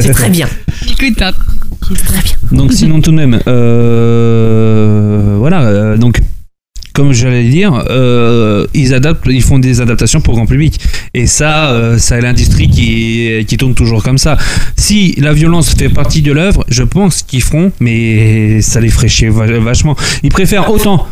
C'est très bien. Écoute, hein, Donc sinon tout de même, euh, voilà, euh, donc comme j'allais le dire, euh, ils adaptent, ils font des adaptations pour grand public. Et ça, euh, ça l'industrie qui, qui tourne toujours comme ça. Si la violence fait partie de l'œuvre, je pense qu'ils feront, mais ça les ferait chier va- vachement. Ils préfèrent autant,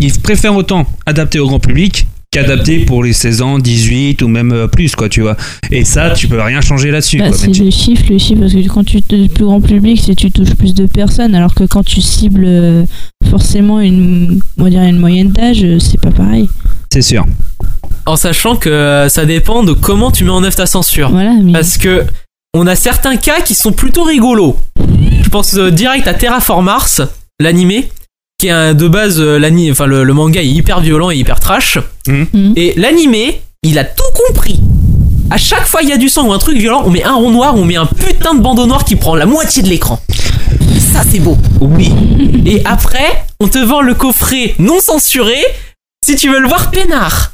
ils préfèrent autant adapter au grand public qu'adapter pour les 16 ans, 18 ou même euh, plus, quoi, tu vois. Et ça, tu peux rien changer là-dessus. Bah, quoi, c'est mais tu- le chiffre, le chiffre, parce que quand tu te le plus grand public, c'est tu touches plus de personnes, alors que quand tu cibles euh, forcément une, on va dire une moyenne d'âge, euh, c'est pas pareil. C'est sûr. En sachant que euh, ça dépend de comment tu mets en œuvre ta censure. Voilà, mais Ah, Parce que on a certains cas qui sont plutôt rigolos. Je pense euh, direct à Terraform Mars, l'animé, qui est un- de base euh, l'ani- enfin le, le manga est hyper violent et hyper trash. Mhm. Mhm. Et l'animé, il a tout compris. À chaque fois il y a du sang ou un truc violent, on met un rond noir, on met un putain de bandeau noir qui prend la moitié de l'écran. Ça c'est beau. Oui. Et après, on te vend le coffret non censuré. Si tu veux le voir, peinard.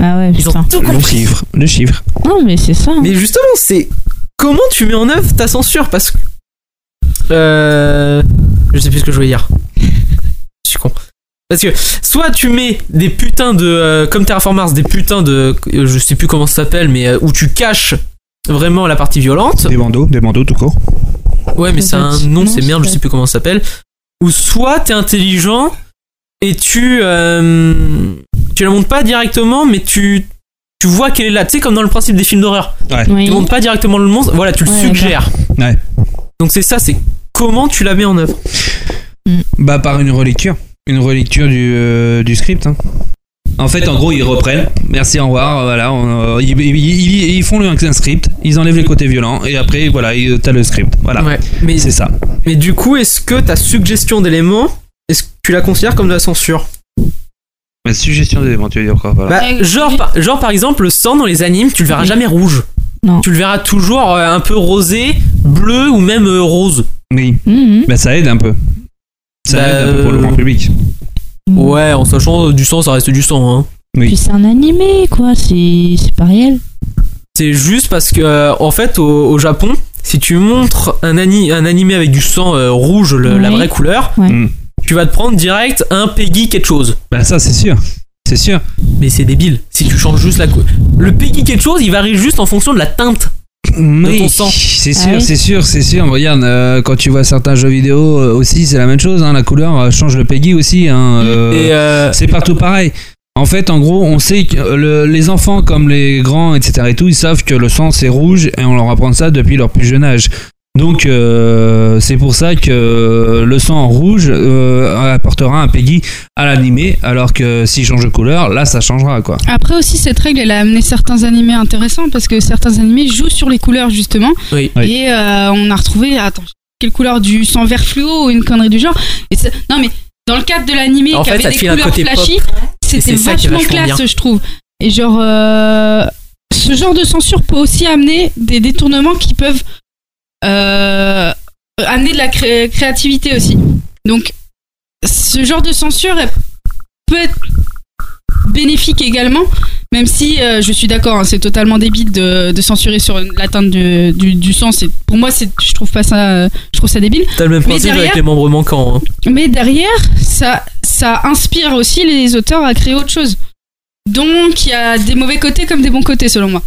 ah ouais, Ils putain. ont tout Le compris. chiffre, le chiffre. Non, mais c'est ça. hein. Mais justement, c'est comment tu mets en œuvre ta censure parce que euh, je sais plus ce que je voulais dire. Je suis con. Parce que soit tu mets des putains de euh, comme Terraform Mars, des putains de euh, je sais plus comment ça s'appelle, mais euh, où tu caches vraiment la partie violente. Des bandeaux, des bandeaux tout court. Ouais, mais c'est un nom, c'est merde, je sais plus comment ça s'appelle. Ou soit t'es intelligent et tu euh, tu la montes pas directement, mais tu tu vois qu'elle est là. Tu sais comme dans le principe des films d'horreur. Oui. Tu montes pas directement le monstre, voilà, tu le Ouais, suggères. Ouais. Donc c'est ça, c'est comment tu la mets en œuvre. Bah par une relecture. Une relecture du, euh, du script. hein. En fait, en gros, ils reprennent. Merci, au revoir. Voilà, on, euh, ils, ils- ils- ils font le un script, ils enlèvent les côtés violents et après, voilà, ils- euh, t'as le script. Voilà, Ouais. Mais, c'est ça. mais du coup, est-ce que ta suggestion d'éléments, est-ce que tu la considères comme de la censure La suggestion d'éléments, tu veux dire quoi voilà. Euh, Bah, genre, par, genre par exemple, le sang dans les animes, tu le verras jamais rouge. Non. Tu le verras toujours euh, un peu rosé, bleu ou même euh, rose. Oui, Mhm. bah ça aide un peu. Ça Bah, aide un peu pour le euh, grand public. Mm. Ouais, en sachant euh, du sang, ça reste du sang. Hein. oui. Puis c'est un animé, quoi. C'est c'est pas réel. C'est juste parce que, euh, en fait, au, au Japon, si tu montres un, ani- un animé avec du sang euh, rouge, le- la Ouais. vraie couleur, Ouais. Mm. tu vas te prendre direct un Peggy quelque chose. Bah ça, c'est sûr. C'est sûr. Mais c'est débile. Si tu changes juste la couleur. Le Peggy quelque chose, il varie juste en fonction de la teinte. ton Oui, sang. c'est Ah sûr, oui. c'est sûr, c'est sûr. Regarde, euh, quand tu vois certains jeux vidéo euh, aussi, c'est la même chose. hein, la couleur euh, change le Peggy aussi. hein, euh, Et euh, C'est partout pareil. En fait, en gros, on sait que euh, le- les enfants comme les grands, etc. et tout, ils savent que le sang c'est rouge et on leur apprend ça depuis leur plus jeune âge. Donc euh, c'est pour ça que le sang rouge euh, apportera un Peggy à l'animé, alors que s'il change de couleur, là ça changera quoi. Après aussi, cette règle, elle a amené certains animés intéressants parce que certains animés jouent sur les couleurs justement. Oui. Oui. Et euh, on a retrouvé, attends, quelle couleur du sang vert fluo ou une connerie du genre. Et ça- non mais dans le cadre de l'animé En qui fait, ça avait te des file un couleurs côté pop. flashy, c'est c'était ça qui est vachement, vachement classe, je trouve. Et genre, euh, ce genre de censure peut aussi amener des détournements qui peuvent euh, amener de la cré- créativité aussi. Donc, ce genre de censure elle peut être bénéfique également, même si euh, je suis d'accord, hein, c'est totalement débile de, de censurer sur l'atteinte du, du, du sang. C'est- Pour moi, c'est, je trouve pas ça, euh, je trouve ça débile. t'as le même Mais principe derrière- avec les membres manquants. hein. Mais derrière, ça, ça inspire aussi les auteurs à créer autre chose. Donc, il y a des mauvais côtés comme des bons côtés, selon moi.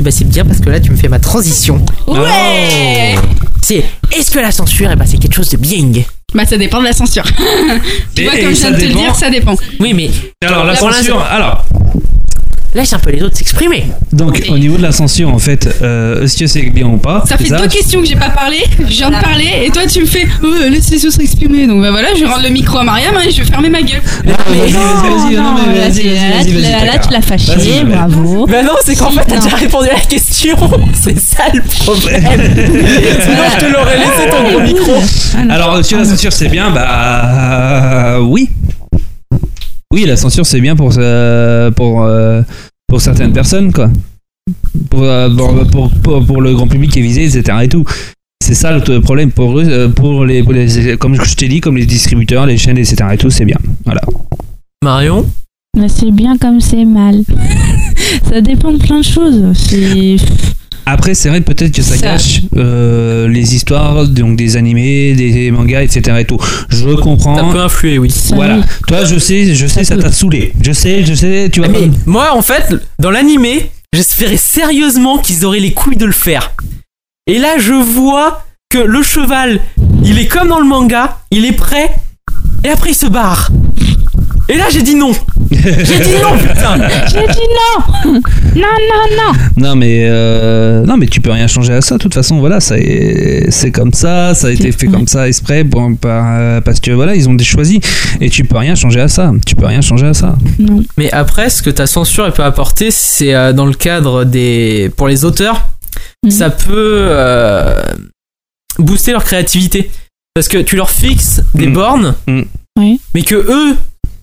Et bah c'est bien parce que là tu me fais ma transition. Ouais C'est est-ce que la censure, et bah c'est quelque chose de bien. Bah, ça dépend de la censure. tu Et- vois, et comme je ça viens de te le dépend- dire, ça dépend. Oui mais Alors la Pour censure, alors laisse un peu les autres s'exprimer. donc au niveau de la censure en fait, euh, est-ce que c'est bien ou pas Ça c'est fait deux questions que j'ai pas parlé, je viens de parler, et toi tu me fais oh, laisse les autres s'exprimer. Donc bah voilà, je vais rendre le micro à Mariam hein, et je vais fermer ma gueule. Vas-y, vas-y, vas-y, non, mais là, vas-y, tu- vas-y, là, tu- vas-y, là, Taka. tu l'as fâché, Vas-y, mais- bravo. Bah non, c'est qu'en Si, fait, t'as non. déjà répondu à la question. C'est ça le problème. Sinon, je te l'aurais Ah, laissé ton gros micro. Mm. Alors, sur la censure, c'est bien, bah. euh, oui. euh, Oui, la censure, c'est bien pour, euh, pour, euh, pour certaines personnes, quoi. Pour, euh, pour, pour, pour- pour le grand public qui est visé, etc. et tout. C'est ça le problème pour eux, euh, pour les, pour les- comme je t'ai dit, comme les distributeurs, les chaînes, etc. et tout, c'est bien. Voilà. Marion Mais c'est bien comme c'est mal. ça dépend de plein de choses. C'est. Après, c'est vrai peut-être que ça, Ça- cache euh, les histoires donc des animés, des, des mangas, etc. Et tout. Je comprends. Ça peut influer, oui. Ah Voilà. Toi, je sais, je sais, ça t'a saoulé. Je sais, je sais, tu vois. Ah, Mais moi, en fait, dans l'animé, j'espérais sérieusement qu'ils auraient les couilles de le faire. Et là, je vois que le cheval, il est comme dans le manga, il est prêt, et après il se barre. Et là, j'ai dit non. J'ai dit non, putain. J'ai dit non Non, non, non Non mais euh, non mais tu peux rien changer à ça. De toute façon voilà ça est- c'est comme ça, ça a été fait comme ça exprès bon, par- euh, parce que voilà ils ont des choisis et tu peux rien changer à ça. Tu peux rien changer à ça. Mais après, ce que ta censure elle peut apporter, c'est euh, dans le cadre des. Pour les auteurs, Mhm. ça peut euh, booster leur créativité. Parce que tu leur fixes des bornes, Oui. mais que eux,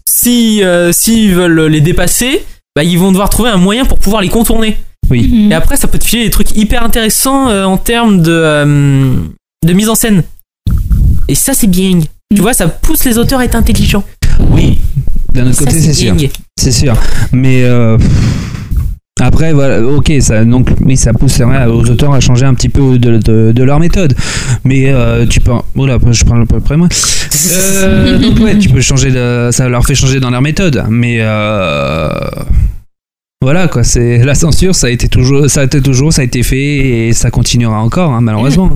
si, euh, s'ils veulent les dépasser, bah, ils vont devoir trouver un moyen pour pouvoir les contourner. Oui. Mhm. Et après, ça peut te filer des trucs hyper intéressants euh, en termes de, euh, de mise en scène. Et ça, c'est bien. Mhm. Tu vois, ça pousse les auteurs à être intelligents. Oui. D'un autre Ça, côté c'est sûr. bien. C'est sûr. Mais euh, pff, après, voilà, ok, ça, donc, oui, ça pousse euh, aux auteurs à changer un petit peu de, de- de leur méthode. Mais euh, tu peux. Oh là, je parle à peu près moi. Euh, donc, ouais, tu peux changer. de- ça leur fait changer dans leur méthode. Mais. euh, voilà quoi, c'est la censure, ça a été toujours, ça a été toujours, ça a été fait et ça continuera encore, hein, malheureusement.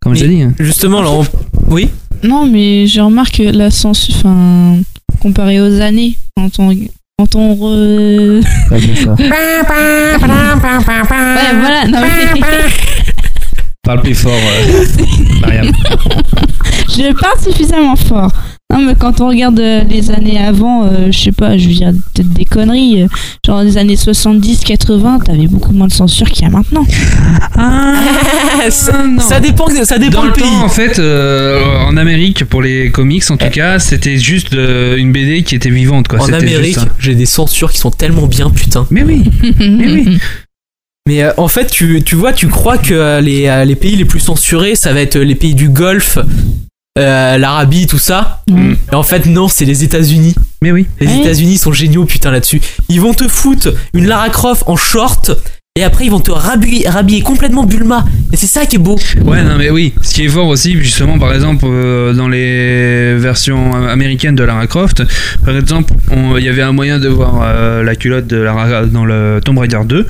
Comme je l'ai dit. hein. Justement, là, on- oui. Non, mais je remarque que la censure. Enfin, comparé aux années, quand on. Quand on re... Ouais, voilà, non mais Parle plus fort, euh, Mariam. je parle suffisamment fort. Non mais quand on regarde euh, les années avant, euh, je sais pas, je veux dire peut-être des conneries. euh, genre les années 70-80, t'avais beaucoup moins de censure qu'il y a maintenant. ça, ça dépend, ça dépend Dans le le pays. temps, en fait, euh, en Amérique, pour les comics en tout cas, c'était juste euh, une BD qui était vivante. Quoi. en C'était Amérique, juste ça. j'ai des censures qui sont tellement bien, putain. Mais oui, Mhm. mais oui. Mais euh, en fait, tu, tu vois, tu crois que euh, les, euh, les pays les plus censurés, ça va être euh, les pays du Golfe, euh, l'Arabie, tout ça. Mm. Et en fait, non, c'est les États-Unis. Mais oui. Les Ouais. États-Unis sont géniaux, putain, là-dessus. Ils vont te foutre une Lara Croft en short. Et après, ils vont te rhabiller, rhabiller complètement Bulma. Et c'est ça qui est beau. Ouais, non, mais oui. Ce qui est fort aussi, justement, par exemple, euh, dans les versions américaines de Lara Croft, par exemple, on- il y avait un moyen de voir euh, la culotte de Lara dans le Tomb Raider 2.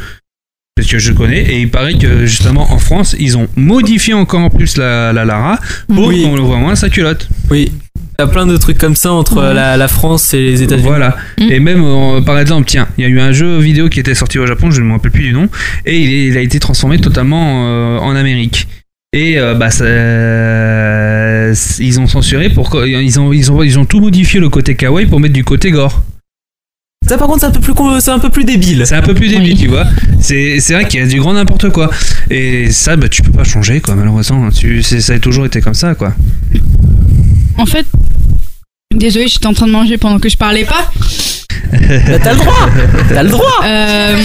Parce que je connais, et il paraît que justement en France, ils ont modifié encore en plus la, la Lara pour Oui. qu'on le voit moins sa culotte. Oui. T'as plein de trucs comme ça entre euh, la, la France et les États-Unis. Voilà. Mm. Et même, euh, par exemple, tiens, il y a eu un jeu vidéo qui était sorti au Japon, je ne me rappelle plus du nom, et il, est- il a été transformé totalement euh, en Amérique. Et euh, bah, ça- ils ont censuré pour que- ils ont, ils ont ils ont tout modifié le côté kawaii pour mettre du côté gore. Ça, par contre, c'est un peu plus, con- c'est un peu plus débile. C'est un peu plus débile, Oui. tu vois. C'est c'est vrai qu'il y a du grand n'importe quoi. Et ça, bah, tu peux pas changer, quoi. Malheureusement, tu, c'est- ça a toujours été comme ça, quoi. En fait, désolé, j'étais en train de manger pendant que je parlais pas. Bah, T'as le droit. T'as le droit. Euh,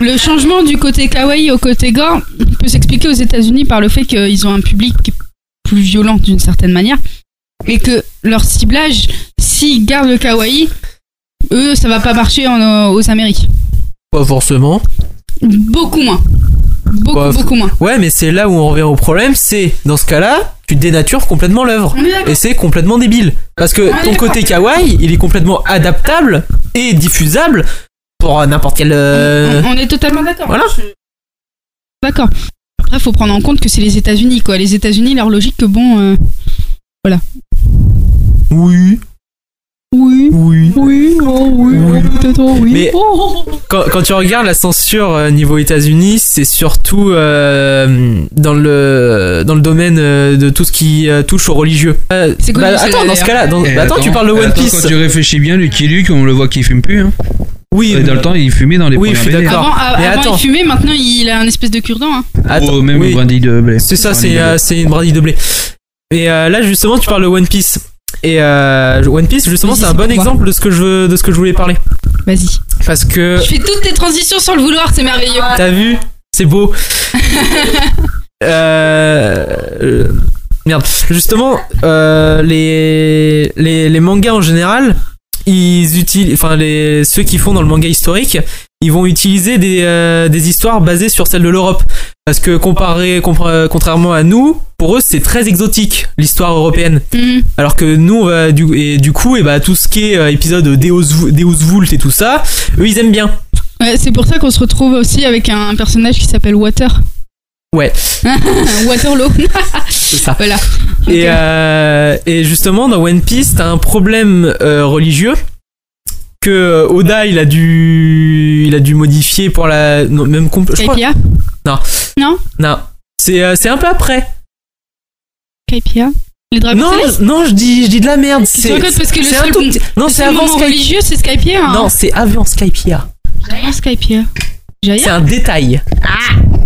le changement du côté kawaii au côté gore peut s'expliquer aux États-Unis par le fait qu'ils ont un public qui est plus violent d'une certaine manière et que leur ciblage, s'ils gardent le kawaii, eux, ça va pas marcher en- euh, aux Amériques. Pas forcément. Beaucoup moins. Beaucoup, Bah, beaucoup moins. Ouais, mais c'est là où on revient au problème, c'est dans ce cas-là, tu dénatures complètement l'œuvre. On est d'accord. Et c'est complètement débile. Parce que ton côté kawaii, il est complètement adaptable et diffusable pour euh, n'importe quel... euh, On- On est totalement d'accord. Voilà. D'accord. Après, faut prendre en compte que c'est les États-Unis, quoi. Les États-Unis, leur logique, que bon. euh, Oui, Oui, oui. oui, oh, oui, Oui. oh, peut-être, oh, oui. Mais- Oh, oh, oh. Quand, quand tu regardes la censure euh, niveau États-Unis, c'est surtout euh, dans le dans le domaine euh, de tout ce qui euh, touche au religieux. Euh, C'est connu, bah, celle-là, attends, dans ce d'ailleurs. cas-là, dans- Et bah, attends, tu parles de One attends, Piece. Quand tu réfléchis bien, Lucky Luke, on le voit qu'il fume plus. Hein. Oui, Et dans le temps, il fumait dans les Oui, je premières suis BD. d'accord. Avant, a- Mais avant, attends. il fumait, maintenant il a un espèce de cure-dent. hein. attends, Ou même oui. une brindille de blé. C'est ça, Brindille c'est de blé. euh, c'est une brindille de blé. Et euh, là, justement, tu parles de One Piece. Et euh, One Piece, justement, Vas-y, c'est un c'est bon pour toi. exemple de ce que je veux, de ce que je voulais parler. Vas-y. Parce que Je fais toutes tes transitions sans le vouloir, c'est merveilleux. T'as vu C'est beau. Euh, euh, merde. Justement, euh, les, les, les mangas en général, ils utilisent, enfin les ceux qui font dans le manga historique, ils vont utiliser des, euh, des histoires basées sur celles de l'Europe. Parce que comparé, compar- contrairement à nous, pour eux c'est très exotique l'histoire européenne. Mhm. Alors que nous, on va- du, et du coup, et bah, tout ce qui est euh, épisode Deus, Deus Vult et tout ça, eux ils aiment bien. Ouais, c'est pour ça qu'on se retrouve aussi avec un personnage qui s'appelle Water. Ouais. Waterloo. C'est ça. voilà. Et, euh, et justement, dans One Piece, t'as un problème euh, religieux que euh, Oda il a dû il a dû modifier pour la non, même compl- je crois Kaipia. non Non non c'est euh, c'est un peu après Kaipia. Les dragons non célestes. je- non je dis je dis de la merde Tu te c'est racontes parce que le c'est un seul tout moment- petit- non le c'est seul avant moment Skype religieux, c'est Skypiea. Hein. non c'est avant Skypiea Ah, Skypiea. J'ai c'est un détail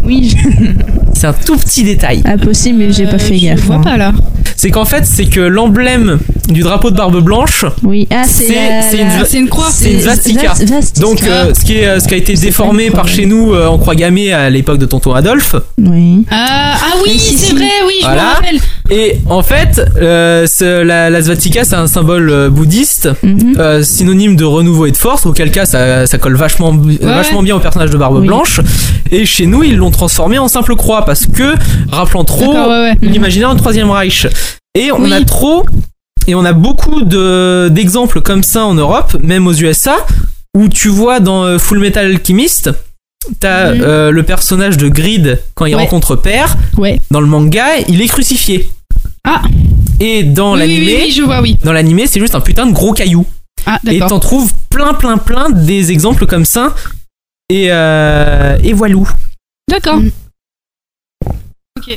Oui, je- c'est un tout petit détail impossible, mais j'ai pas fait Je gaffe. euh, vois hein. pas là. c'est qu'en fait c'est que l'emblème du drapeau de barbe blanche Oui, ah, c'est C'est- la- c'est la- une va- C'est une croix. c'est une svastika. Vas- vas- Donc, Ah. euh, ce, qui est, euh, ce qui a été déformé par chez nous euh, en croix gammée à l'époque de Tonton Adolphe. Oui. Ah, ah oui, Mais si, c'est si. vrai, oui, je me Voilà. rappelle. Et en fait, euh, ce- la, la svatika, c'est un symbole euh, bouddhiste, Mhm. euh, synonyme de renouveau et de force, auquel cas ça, ça colle vachement, euh, vachement bien au personnage de Barbe Oui. Blanche. Et chez nous, ils l'ont transformé en simple croix, parce que, rappelant trop D'accord, ouais, ouais. l'imaginaire du Troisième Reich. Et on Mmh. Oui. a trop, et on a beaucoup de- d'exemples comme ça en Europe, même aux USA, où tu vois dans euh, Full Metal Alchemist, t'as Mhm. euh, le personnage de Grid quand il Ouais. rencontre Père. Ouais. Dans le manga, il est crucifié. Ah. Et dans oui, oui, l'animé, oui, oui, je vois, oui. dans l'animé, c'est juste un putain de gros caillou. Ah, Et d'accord. t'en trouves plein, plein, plein des exemples comme ça. Et euh, et voilou. D'accord. Mm. Ok.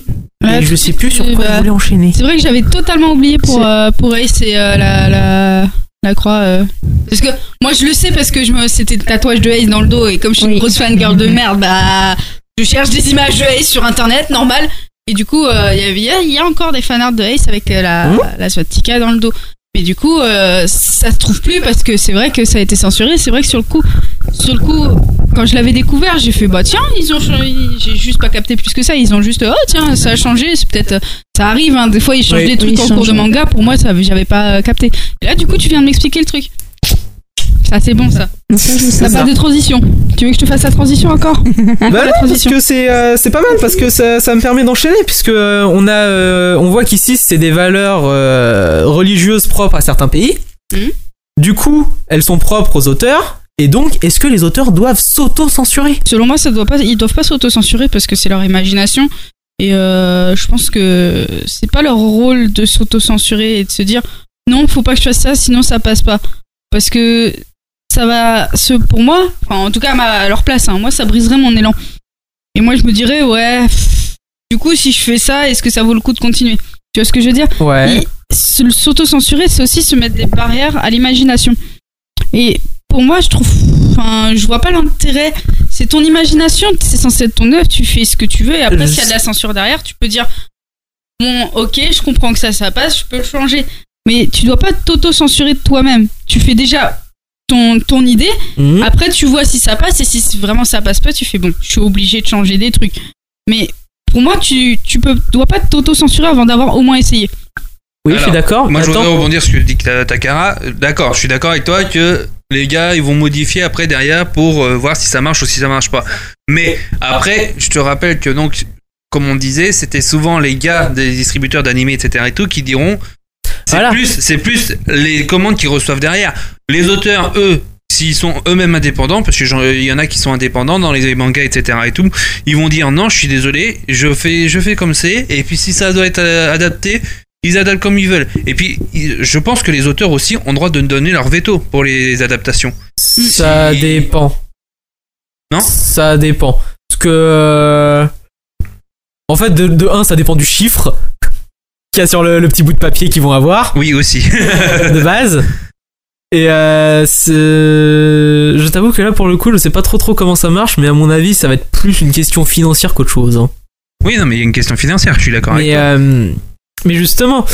Et je sais plus sur Euh, quoi bah, je voulais enchaîner. C'est vrai que j'avais totalement oublié pour C'est- euh, pour Ace c'est la la la croix. euh. Parce que moi je le sais parce que je me c'était le tatouage de Ace dans le dos et comme je suis Oui. une grosse fan girl de merde, bah je cherche des images de Ace sur internet normal et du coup euh, il y avait- il y a- il y a encore des fanarts de Ace avec euh, la Mmh. la swastika dans le dos. Mais du coup euh, ça se trouve plus parce que c'est vrai que ça a été censuré, c'est vrai que sur le coup sur le coup quand je l'avais découvert, j'ai fait bah tiens, ils ont changé- j'ai juste pas capté plus que ça, ils ont juste oh tiens, ça a changé, c'est peut-être ça arrive, hein, des fois ils changent Oui. des trucs Oui, ils en cours changent, de ouais. manga, pour moi ça j'avais pas euh, capté. Et là du coup tu viens de m'expliquer le truc. Ça c'est bon ça. Donc ça, je sais T'as pas. pas de transition. Tu veux que je te fasse la transition encore Bah non, parce transition. que c'est euh, c'est pas mal parce que ça, ça me permet d'enchaîner puisque euh, on a euh, on voit qu'ici c'est des valeurs euh, religieuses propres à certains pays. Mhm. Du coup, elles sont propres aux auteurs et donc est-ce que les auteurs doivent s'auto-censurer Selon moi ça doit pas ils doivent pas s'auto-censurer parce que c'est leur imagination et euh, je pense que c'est pas leur rôle de s'auto-censurer et de se dire non, faut pas que je fasse ça sinon ça passe pas parce que ça va ce pour moi, enfin en tout cas à ma- à leur place hein, moi ça briserait mon élan. Et moi je me dirais ouais, pff, du coup si je fais ça, est-ce que ça vaut le coup de continuer Tu vois ce que je veux dire Ouais. et se- s'auto-censurer, c'est aussi se mettre des barrières à l'imagination. Et pour moi, je trouve. Enfin, je vois pas l'intérêt. C'est ton imagination, c'est censé être ton œuvre, tu fais ce que tu veux. Et après, Je- s'il y a de la censure derrière, tu peux dire Bon, ok, je comprends que ça, ça passe, je peux le changer. Mais tu dois pas t'auto-censurer de toi-même. Tu fais déjà ton, ton idée. Mhm. Après, tu vois si ça passe. Et si vraiment ça passe pas, tu fais Bon, je suis obligé de changer des trucs. Mais pour moi, tu, tu peux, dois pas t'auto-censurer avant d'avoir au moins essayé. Oui, je Alors, suis d'accord. Moi, je Attends. voudrais rebondir sur ce que dit Ta- Takara. Euh, D'accord, je suis d'accord avec toi que les gars, ils vont modifier après derrière pour euh, voir si ça marche ou si ça marche pas. Mais après, je te rappelle que donc, comme on disait, c'était souvent les gars des distributeurs d'animés, etc. et tout, qui diront. C'est Voilà. plus, c'est plus les commandes qu'ils reçoivent derrière. Les auteurs, eux. S'ils sont eux-mêmes indépendants, parce qu'il y en a qui sont indépendants dans les mangas, etc. et tout, ils vont dire non, je suis désolé, je fais, je fais comme c'est, et puis si ça doit être euh, adapté, ils adaptent comme ils veulent. Et puis, ils- je pense que les auteurs aussi ont droit de donner leur veto pour les adaptations. Ça Si- dépend. Non Ça dépend. Parce que. euh, En fait, de, de un, ça dépend du chiffre qu'il y a sur le, le petit bout de papier qu'ils vont avoir, Oui, aussi. de base. Et euh, c'est- je t'avoue que là, pour le coup, je sais pas trop trop comment ça marche, mais à mon avis, ça va être plus une question financière qu'autre chose. hein. oui, non, mais il y a une question financière, je suis d'accord avec Mais, toi. euh, mais justement,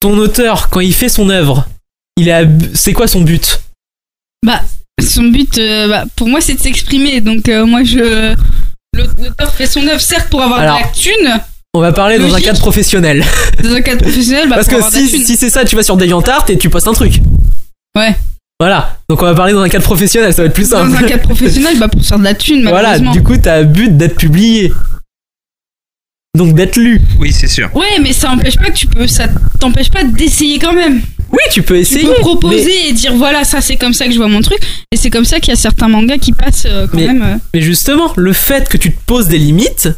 ton auteur, quand il fait son œuvre, il a, c'est quoi son but Bah, son but, euh, bah, pour moi, c'est de s'exprimer. Donc, euh, moi, je. L'auteur fait son œuvre, certes, pour avoir Alors, de la thune. On va parler dans un Logique. cadre professionnel. Dans un cadre professionnel, bah, Parce pour que avoir de la si, thune. si c'est ça, tu vas sur DeviantArt et tu postes un truc. Ouais. Voilà. Donc on va parler dans un cadre professionnel, ça va être plus simple. Dans un cadre professionnel, bah, pour faire de la thune, voilà, malheureusement. du coup, t'as but d'être publié. Donc d'être lu. Oui, c'est sûr. Ouais, mais ça empêche pas que tu peux. Ça t'empêche pas d'essayer quand même. Oui, tu peux essayer. Tu peux proposer mais- et dire voilà, ça c'est comme ça que je vois mon truc. Et c'est comme ça qu'il y a certains mangas qui passent euh, quand Mais, même. euh. mais justement, le fait que tu te poses des limites,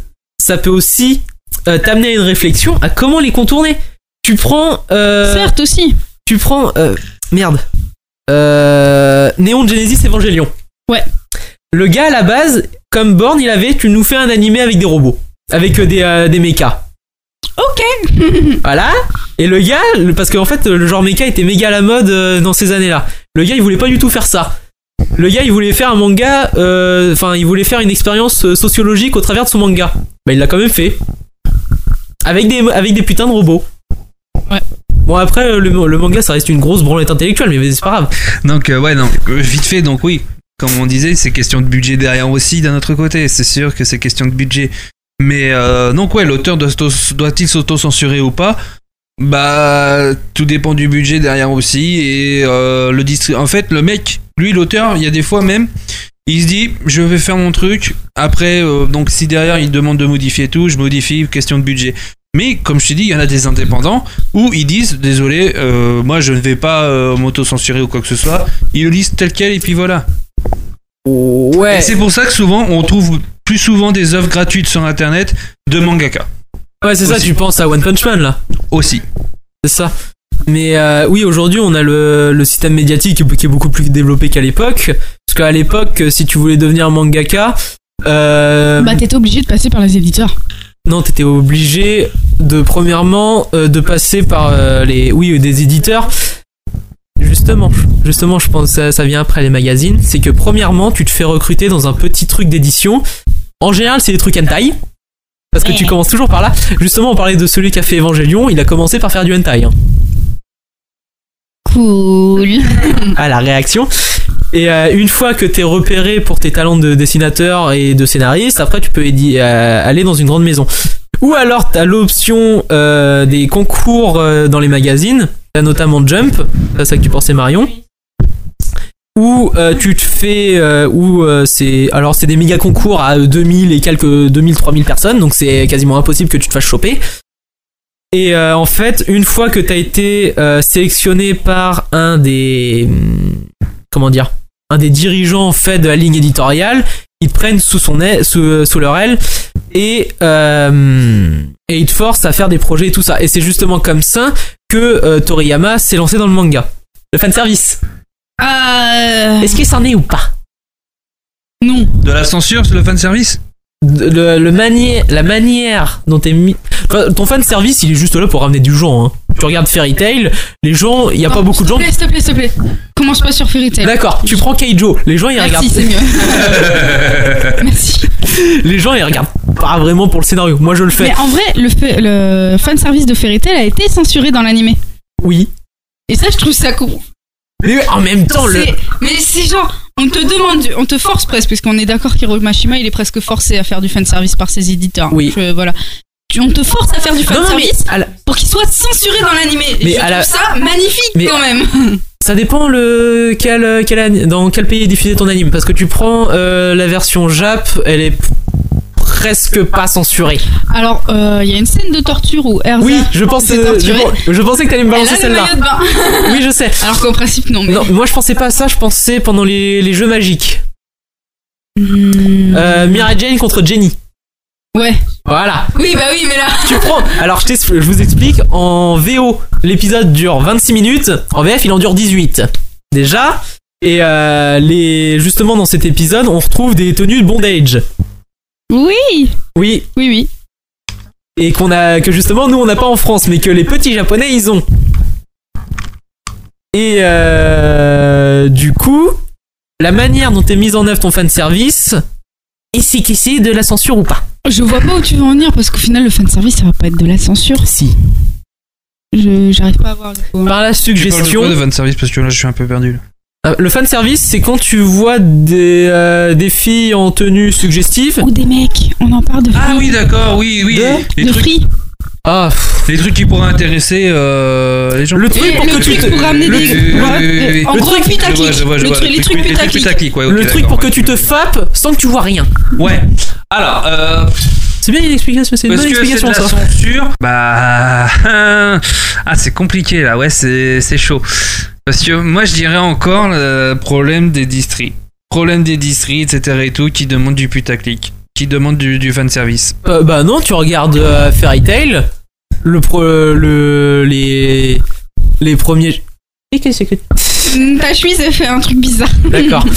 ça peut aussi euh, t'amener à une réflexion à comment les contourner. Tu prends. euh, Certes aussi. Tu prends. euh, merde. Euh, Néon Genesis Evangelion. Ouais. Le gars à la base, comme Born, il avait tu nous fais un animé avec des robots, avec euh, des, euh, des mechas. Ok. Voilà. Ah Et le gars, le- parce qu'en fait, le genre mecha était méga à la mode euh, dans ces années-là. Le gars, il voulait pas du tout faire ça. Le gars, il voulait faire un manga, euh, enfin, il voulait faire une expérience euh, sociologique au travers de son manga. Bah, il l'a quand même fait. Avec des, avec des putains de robots. Ouais. Bon, après, euh, le, le manga, ça reste une grosse branlette intellectuelle, mais c'est pas grave. Donc, euh, ouais, non, euh, vite fait, donc oui, comme on disait, c'est question de budget derrière aussi d'un autre côté, c'est sûr que c'est question de budget. Mais euh, donc, ouais, l'auteur doit s'auto- doit-il s'auto-censurer ou pas Bah, tout dépend du budget derrière aussi. Et euh, le distri- En fait, le mec, lui, l'auteur, il y a des fois même, il se dit, je vais faire mon truc. Après, euh, donc, si derrière il demande de modifier tout, je modifie, question de budget. Mais comme je t'ai dit, il y en a des indépendants où ils disent désolé, euh, moi je ne vais pas euh, m'auto-censurer ou quoi que ce soit. Ils le lisent tel quel et puis voilà. Ouais. Et c'est pour ça que souvent on trouve plus souvent des œuvres gratuites sur internet de mangaka Ouais, c'est ça, Aussi. tu penses à One Punch Man, là. aussi. C'est ça. Mais euh, oui, aujourd'hui, on a le, le système médiatique qui est beaucoup plus développé qu'à l'époque. Parce qu'à l'époque, si tu voulais devenir mangaka, euh, Bah, t'étais obligé de passer par les éditeurs. non, t'étais obligé de premièrement euh, de passer par euh, les, oui, des éditeurs. Justement, justement, je pense que ça, ça vient après les magazines. C'est que premièrement, tu te fais recruter dans un petit truc d'édition. En général, c'est des trucs hentai. Parce que tu commences toujours par là. Justement, on parlait de celui qui a fait Evangelion. Il a commencé par faire du hentai. hein. Cool. à la réaction. Et euh, une fois que t'es repéré pour tes talents de dessinateur et de scénariste, après tu peux édi- euh, aller dans une grande maison. Ou alors t'as l'option euh, des concours euh, dans les magazines, t'as notamment Jump, c'est ça que tu pensais Marion. Ou euh, tu te fais, euh, ou euh, c'est, alors c'est des méga concours à 2000 et quelques 2000 3000 personnes, donc c'est quasiment impossible que tu te fasses choper. Et euh, en fait, une fois que t'as été euh, sélectionné par un des hum, comment dire, un des dirigeants en fait de la ligne éditoriale, ils te prennent sous son aile, sous, sous leur aile et euh, et ils te forcent à faire des projets et tout ça. Et c'est justement comme ça que euh, Toriyama s'est lancé dans le manga. Le fan service. Euh, Est-ce qu'il s'en est ou pas Non. De la censure, c'est le fan service le, le manier, la manière dont t'es mis. Enfin, ton fan service, il est juste là pour ramener du genre. hein. Tu regardes Fairy Tail, les gens, il y a pas beaucoup de gens. Ah, S'il te plaît, s'il te plaît, s'il te plaît. Commence pas sur Fairy Tail. D'accord, tu prends Kaijo, les gens ils Merci, c'est regardent. mieux. Merci. les gens ils regardent pas vraiment pour le scénario. Moi je le fais. Mais en vrai, le, fa- le fan service de Fairy Tail a été censuré dans l'animé. Oui. Et ça, je trouve ça con. Mais en même temps, le. C'est- Mais c'est genre, on te demande, on te force presque, parce qu'on est d'accord qu'Hiro Mashima, il est presque forcé à faire du fan service par ses éditeurs. Oui. Je- voilà. Tu- On te force à faire du Non, fan non, mais service à la- pour qu'il soit censuré dans l'animé. Mais Je à trouve la- ça magnifique Mais- quand même. Ça dépend le quel, quel an- dans quel pays est diffusé ton anime. Parce que tu prends euh, la version Jap, elle est p- presque pas censurée. Alors, euh, il y a une scène de torture où Erza Oui, je pense. s'est euh, je, torturée. pen- je pensais que t'allais me Elle balancer a le celle-là. maillot de bain. Oui, je sais. Alors qu'en principe, non. Mais... Non, moi je pensais pas à ça. Je pensais pendant les, les jeux magiques. Euh, Mira Jane contre Jenny. Ouais. Voilà. Oui, bah oui, mais là. Tu prends. Alors je, t'expl- je vous explique. En VO, l'épisode dure 26 minutes. En VF, il en dure 18. Déjà. Et euh, les justement dans cet épisode, on retrouve des tenues de bondage. Oui, Oui. oui, oui. Et qu'on a que justement nous on n'a pas en France, mais que les petits japonais ils ont. Et euh, du coup, la manière dont est mise en œuvre ton fan service, et c'est qui c'est de la censure ou pas Je vois pas où tu veux en venir parce qu'au final, le fan service, ça va pas être de la censure. Si. Je j'arrive pas à voir. Par la le- Tu parles de suggestion. quoi de fan service parce que là je suis un peu perdu. Euh, Le fan service, c'est quand tu vois des, euh, des filles en tenue suggestive. Ou des mecs, on en parle de Ah oui d'accord oui oui les, de trucs free. Ah les trucs qui pourraient intéresser euh, les gens. Le truc pour que tu te- le- oui, oui, le oui. truc- Je vois, je vois, je le vois. truc- les trucs putaclic. putaclic, ouais, ok, Le truc d'accord, pour que ouais. tu te fappes sans que tu vois rien. Ouais. Alors euh, C'est bien une explication, c'est une parce bonne que c'est de explication la ça. censure. Bah hein. ah c'est compliqué là ouais c'est c'est chaud parce que moi je dirais encore le problème des districts problème des districts etc et tout qui demande du putaclic qui demande du du fan service. Euh, bah non, tu regardes euh, Fairy Tail, le pro, le les les premiers. Et qu'est-ce que Mm, Ta chemise elle fait un truc bizarre. D'accord.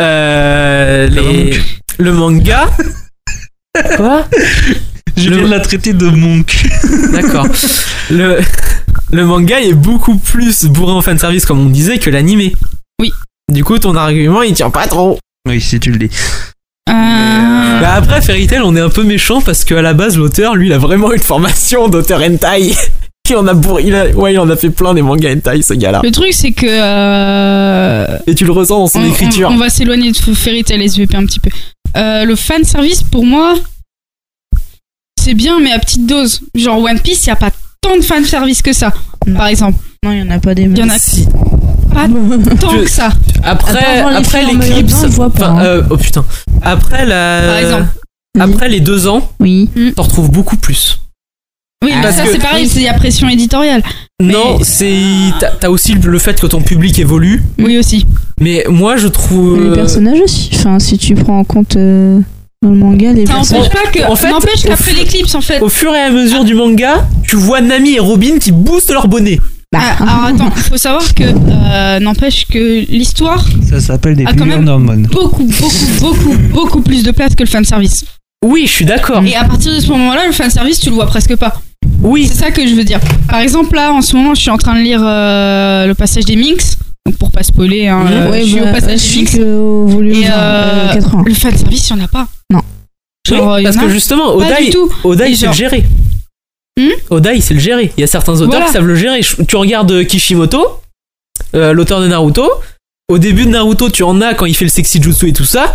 Euh, les- le manga. Quoi Je viens de la traiter de monk. D'accord. Le, le manga est beaucoup plus bourré en fan service, comme on disait, que l'animé. Oui. Du coup, ton argument, il tient pas trop. Oui, si tu le dis. Euh, Ah. Bah après, Fairy Tail, on est un peu méchant parce qu'à la base, l'auteur, lui, il a vraiment une formation d'auteur hentai. Il en a bourré, il a- ouais, il en a fait plein des mangas hentai, ce gars-là. Le truc c'est que euh, Et tu le ressens dans son Mm, on, écriture. on- on va s'éloigner de Fairy Tail SVP un petit peu. Euh, le fan service pour moi c'est bien mais à petite dose. Genre One Piece, il y a pas tant de fan service que ça par exemple. Non, il y en a pas des Il y en a Si. pas tant Tu- que ça. Après, Apparemment, les après filles en maillot de l'éclipse. bain, on voit pas, enfin, hein. euh, oh putain. Après la. Par exemple. euh, Mm. Après les deux ans, Oui. t'en retrouves beaucoup plus. Oui, Ah, mais parce ça que- c'est pareil, c'est- il y a pression éditoriale. Non, c'est t'as t'as aussi le fait que ton public évolue, Oui aussi. mais moi je trouve. euh, Les personnages aussi. Enfin, si tu prends en compte euh, dans le manga, les Ça personnages. n'empêche pas que en fait, n'empêche au qu'après fu- l'éclipse en fait. Au fur et à mesure du manga, tu vois Nami et Robin qui boostent leur bonnet. Bah, Ah, alors attends, faut savoir que euh, n'empêche que l'histoire Ça s'appelle des Ah, quand pubs même. en hormones. beaucoup beaucoup beaucoup beaucoup plus de place que le fan service. Oui, je suis Mm. d'accord. Et à partir de ce moment-là, le fan service, tu le vois presque pas. Oui. C'est ça que je veux dire. Par exemple, là, en ce moment, je suis en train de lire euh, le passage des Minx. Donc, pour pas spoiler, hein, euh, ouais, je suis bah, au passage je des suis Minx. que au volume Et, genre, euh, euh, 80. Le fan service, il n'y en a pas. Non. Genre, Oui, il y parce en a que justement, pas du Oda, tout. Oda, Et il sait genre- le gérer. Hmm Oda, il sait le gérer. Il y a certains auteurs Voilà. qui savent le gérer. Je- Tu regardes Kishimoto, euh, l'auteur de Naruto. Au début de Naruto, tu en as quand il fait le sexy jutsu et tout ça.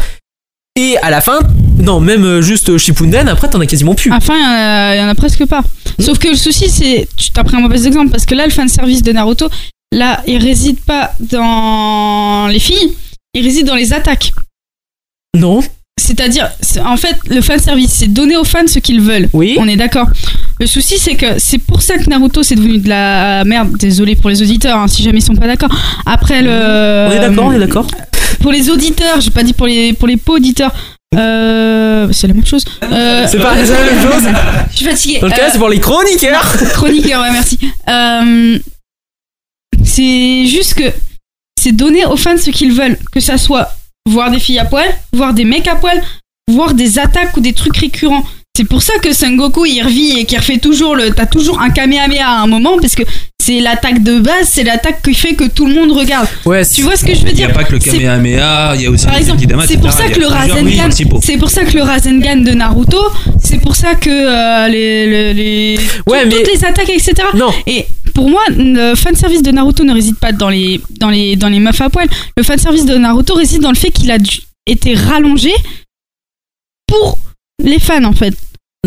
Et à la fin, non, même euh, juste euh, Shippuden, après, t'en as quasiment plus. Enfin, il y en a- il y en a presque pas. Sauf que le souci, c'est. Tu t'as pris un mauvais exemple parce que là, le fan service de Naruto, là, il réside pas dans les filles, il réside dans les attaques. Non, C'est-à-dire, c'est- en fait, le fan service, c'est donner aux fans ce qu'ils veulent. oui. On est d'accord. Le souci, c'est que c'est pour ça que Naruto, c'est devenu de la merde. Désolé pour les auditeurs, hein, si jamais ils sont pas d'accord. Après le. On est d'accord, on euh, est d'accord. Pour les auditeurs, j'ai pas dit pour les, pour les pas auditeurs. Euh, c'est la même chose. Euh, C'est pas c'est la même chose. je suis fatiguée. Dans le cas, Euh, c'est pour les chroniqueurs. Chroniqueur, ouais, merci. Euh, c'est juste que c'est donner aux fans ce qu'ils veulent, que ça soit voir des filles à poil, voir des mecs à poil, voir des attaques ou des trucs récurrents. C'est pour ça que Sengoku il revit et qu'il refait toujours le. T'as toujours un Kamehameha à un moment parce que c'est l'attaque de base, c'est l'attaque qui fait que tout le monde regarde. Ouais, Tu vois ce que je veux Il n'y dire a pas que le C'est- Kamehameha, il y a aussi par le exemple, Genkidama, c'est pour ça etc.. que le Il y a plusieurs lignes Rasengan, principaux. c'est pour ça que le Rasengan de Naruto, c'est pour ça que euh, les, les- les- Ouais, toutes- mais- toutes les attaques, etc. Non, Et pour moi, le fanservice de Naruto ne réside pas dans les, dans les, dans les meufs à poil. Le fanservice de Naruto réside dans le fait qu'il a dû- été rallongé pour les fans, en fait.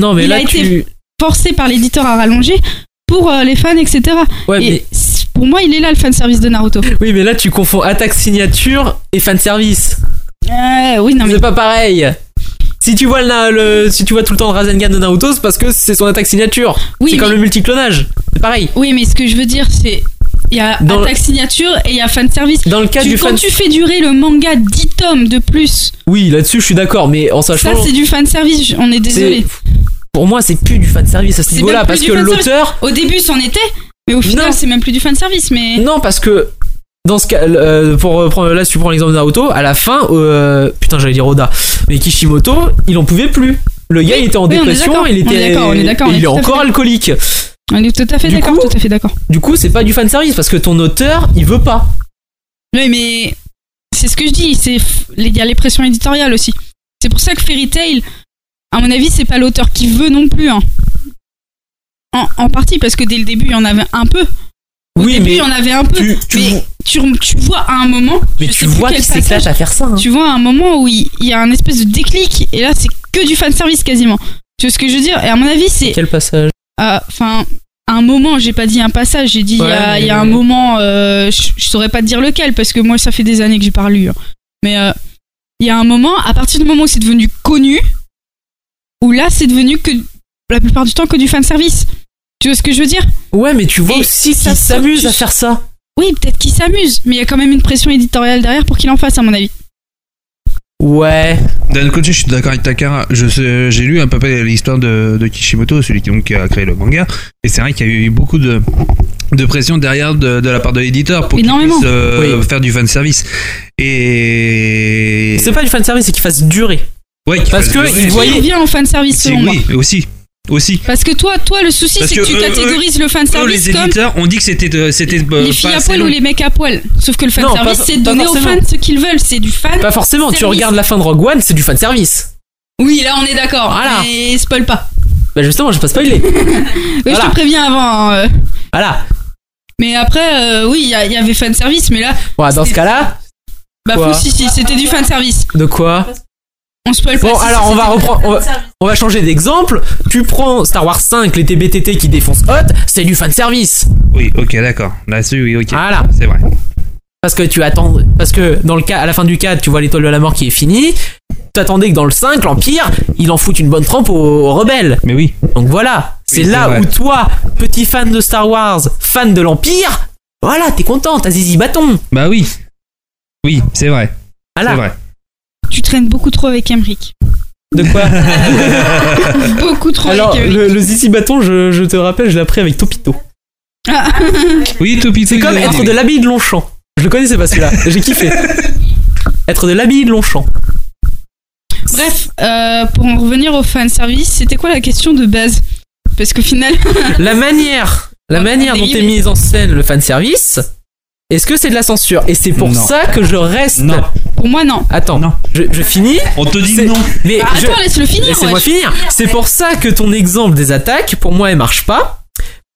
non, mais Il là, a été- tu. Forcé par l'éditeur à rallonger pour euh, les fans, etc. Ouais, Et mais... Euh, c'est- pour moi, il est là, le fanservice de Naruto. Oui, mais là, tu confonds attaque signature et fan service. Euh, oui, non, mais... C'est pas pareil. Si tu vois le, le- si tu vois tout le temps le Rasengan de Naruto, c'est parce que c'est son attaque signature. Oui, c'est comme mais- le multiclonage. C'est pareil. oui, mais ce que je veux dire, c'est... Il y a Dans- attaque signature et il y a fanservice. Dans le cas Tu, du quand fan, tu fais durer le manga 10 tomes de plus, oui, là-dessus, je suis d'accord, mais en ça sachant, c'est du fanservice, je- on est désolé. pour moi, c'est plus du fan service à ce C'est niveau-là, même plus parce du que fanservice. l'auteur, Au début, c'en était, mais Non. au final, c'est même plus du fanservice. Mais non, parce que dans ce cas, euh, pour reprendre, là, si tu prends l'exemple de Naruto, à la fin, euh, putain, j'allais dire Oda, mais Kishimoto, il en pouvait plus. Le gars, il était en Oui, on est dépression, d'accord, il on est était, d'accord, on est d'accord, et on est il est tout à fait encore d'accord. alcoolique. On est tout à fait Du d'accord, coup- tout à fait d'accord. Du coup, c'est pas du fan service parce que ton auteur, il veut pas. Oui, mais c'est ce que je dis, c'est f- il y a les pressions éditoriales aussi. C'est pour ça que Fairy Tail, à mon avis, c'est pas l'auteur qui veut non plus. hein. En, en partie, parce que dès le début, il y en avait un peu. Au Oui, début, mais il y en avait un peu. tu- tu mais vois- tu, rem- tu vois à un moment. Mais je tu sais plus vois quel qu'ils s'éclatent passage, à faire ça, hein. Tu vois à un moment où il il y a un espèce de déclic, et là, c'est que du fanservice quasiment. Tu vois ce que je veux dire Et à mon avis, c'est. Quel passage Ah, Enfin, à un moment, j'ai pas dit un passage, j'ai dit il y a- Ouais, il y, a un mais- moment, euh, je je saurais pas te dire lequel, parce que moi, ça fait des années que j'ai pas relu. hein. Mais euh, il y a un moment, à partir du moment où c'est devenu connu, où là, c'est devenu que la plupart du temps que du fanservice. Tu vois ce que je veux dire Ouais, mais tu vois aussi ça qu'ils se- s'amusent tu- à faire ça. Oui, peut-être qu'il s'amuse, mais il y a quand même une pression éditoriale derrière pour qu'il en fasse, à mon avis. Ouais. D'un autre côté, je suis d'accord avec Takara. Je sais- J'ai lu un peu près l'histoire de, de Kishimoto, celui qui, donc, qui a créé le manga. Et c'est vrai qu'il y a eu beaucoup de, de pression derrière de, de la part de l'éditeur pour qu'il Énormément. puisse euh, Oui. faire du fanservice. Et. C'est pas du fanservice, c'est qu'ils fassent durer. Ouais, qu'il Parce fasse que durer, ils mais- voyaient- Il vient au fanservice, Si, selon moi. oui, aussi. Aussi. Parce que toi, toi le souci, Parce c'est que, que tu eux- catégorises le Eux, les fanservice comme éditeurs ont dit que c'était. euh, c'était euh, les filles pas à assez poil ou long. les mecs à poil. Sauf que le Non, fanservice, pas- c'est pas donner aux forcément. fans ce qu'ils veulent. C'est du fan. Pas forcément, tu service. regardes la fin de Rogue One, c'est du fanservice. Oui, là, on est d'accord. Voilà. Mais spoil pas. Bah justement, je vais pas spoiler. Euh, Je Voilà. te préviens avant. hein, euh. Voilà. Mais après, euh, oui, il y, a- il y avait fanservice, mais là, Ouais, dans ce cas-là, bah, Quoi faut, si, si, c'était du fanservice. de quoi On spoil pas. Bon, si, alors si, on va c'était- reprendre. On va, on va changer d'exemple. Tu prends Star Wars 5, les TBTT qui défoncent Hot, c'est du fanservice. Oui, ok, d'accord. Là-dessus, oui, ok. Voilà. C'est vrai. Parce que tu attends. Parce que dans le cas, à la fin du 4, tu vois l'étoile de la mort qui est finie. T'attendais que dans le 5, l'Empire, il en foute une bonne trempe aux, aux rebelles. Mais oui. Donc voilà. C'est c'est là vrai. où toi, petit fan de Star Wars, fan de l'Empire, voilà, t'es content, t'as zizi bâton. Bah oui. Oui, c'est vrai. Voilà. C'est vrai. Tu traînes beaucoup trop avec Emric. De quoi beaucoup trop Euh, Alors, avec Emric. le, le zizi bâton, je, je te rappelle, je l'ai appris avec Topito. Ah, Oui, Topi, C'est comme être de l'abbaye de Longchamp. Je le connaissais pas celui-là, j'ai kiffé. Être de l'abbaye de Longchamp. Bref, euh, pour en revenir au fanservice, c'était quoi la question de base Parce qu'au final, La manière, la Ouais, manière mais dont il- est mise en scène le fanservice, est-ce que c'est de la censure Et c'est pour Non. ça que je reste. Non. pour moi, non. Attends, Non. Je, je finis. On te dit C'est- non. Mais Ah, je- Attends, laisse-le finir. laissez-moi wesh. finir. C'est pour ça que ton exemple des attaques, pour moi, elle marche pas.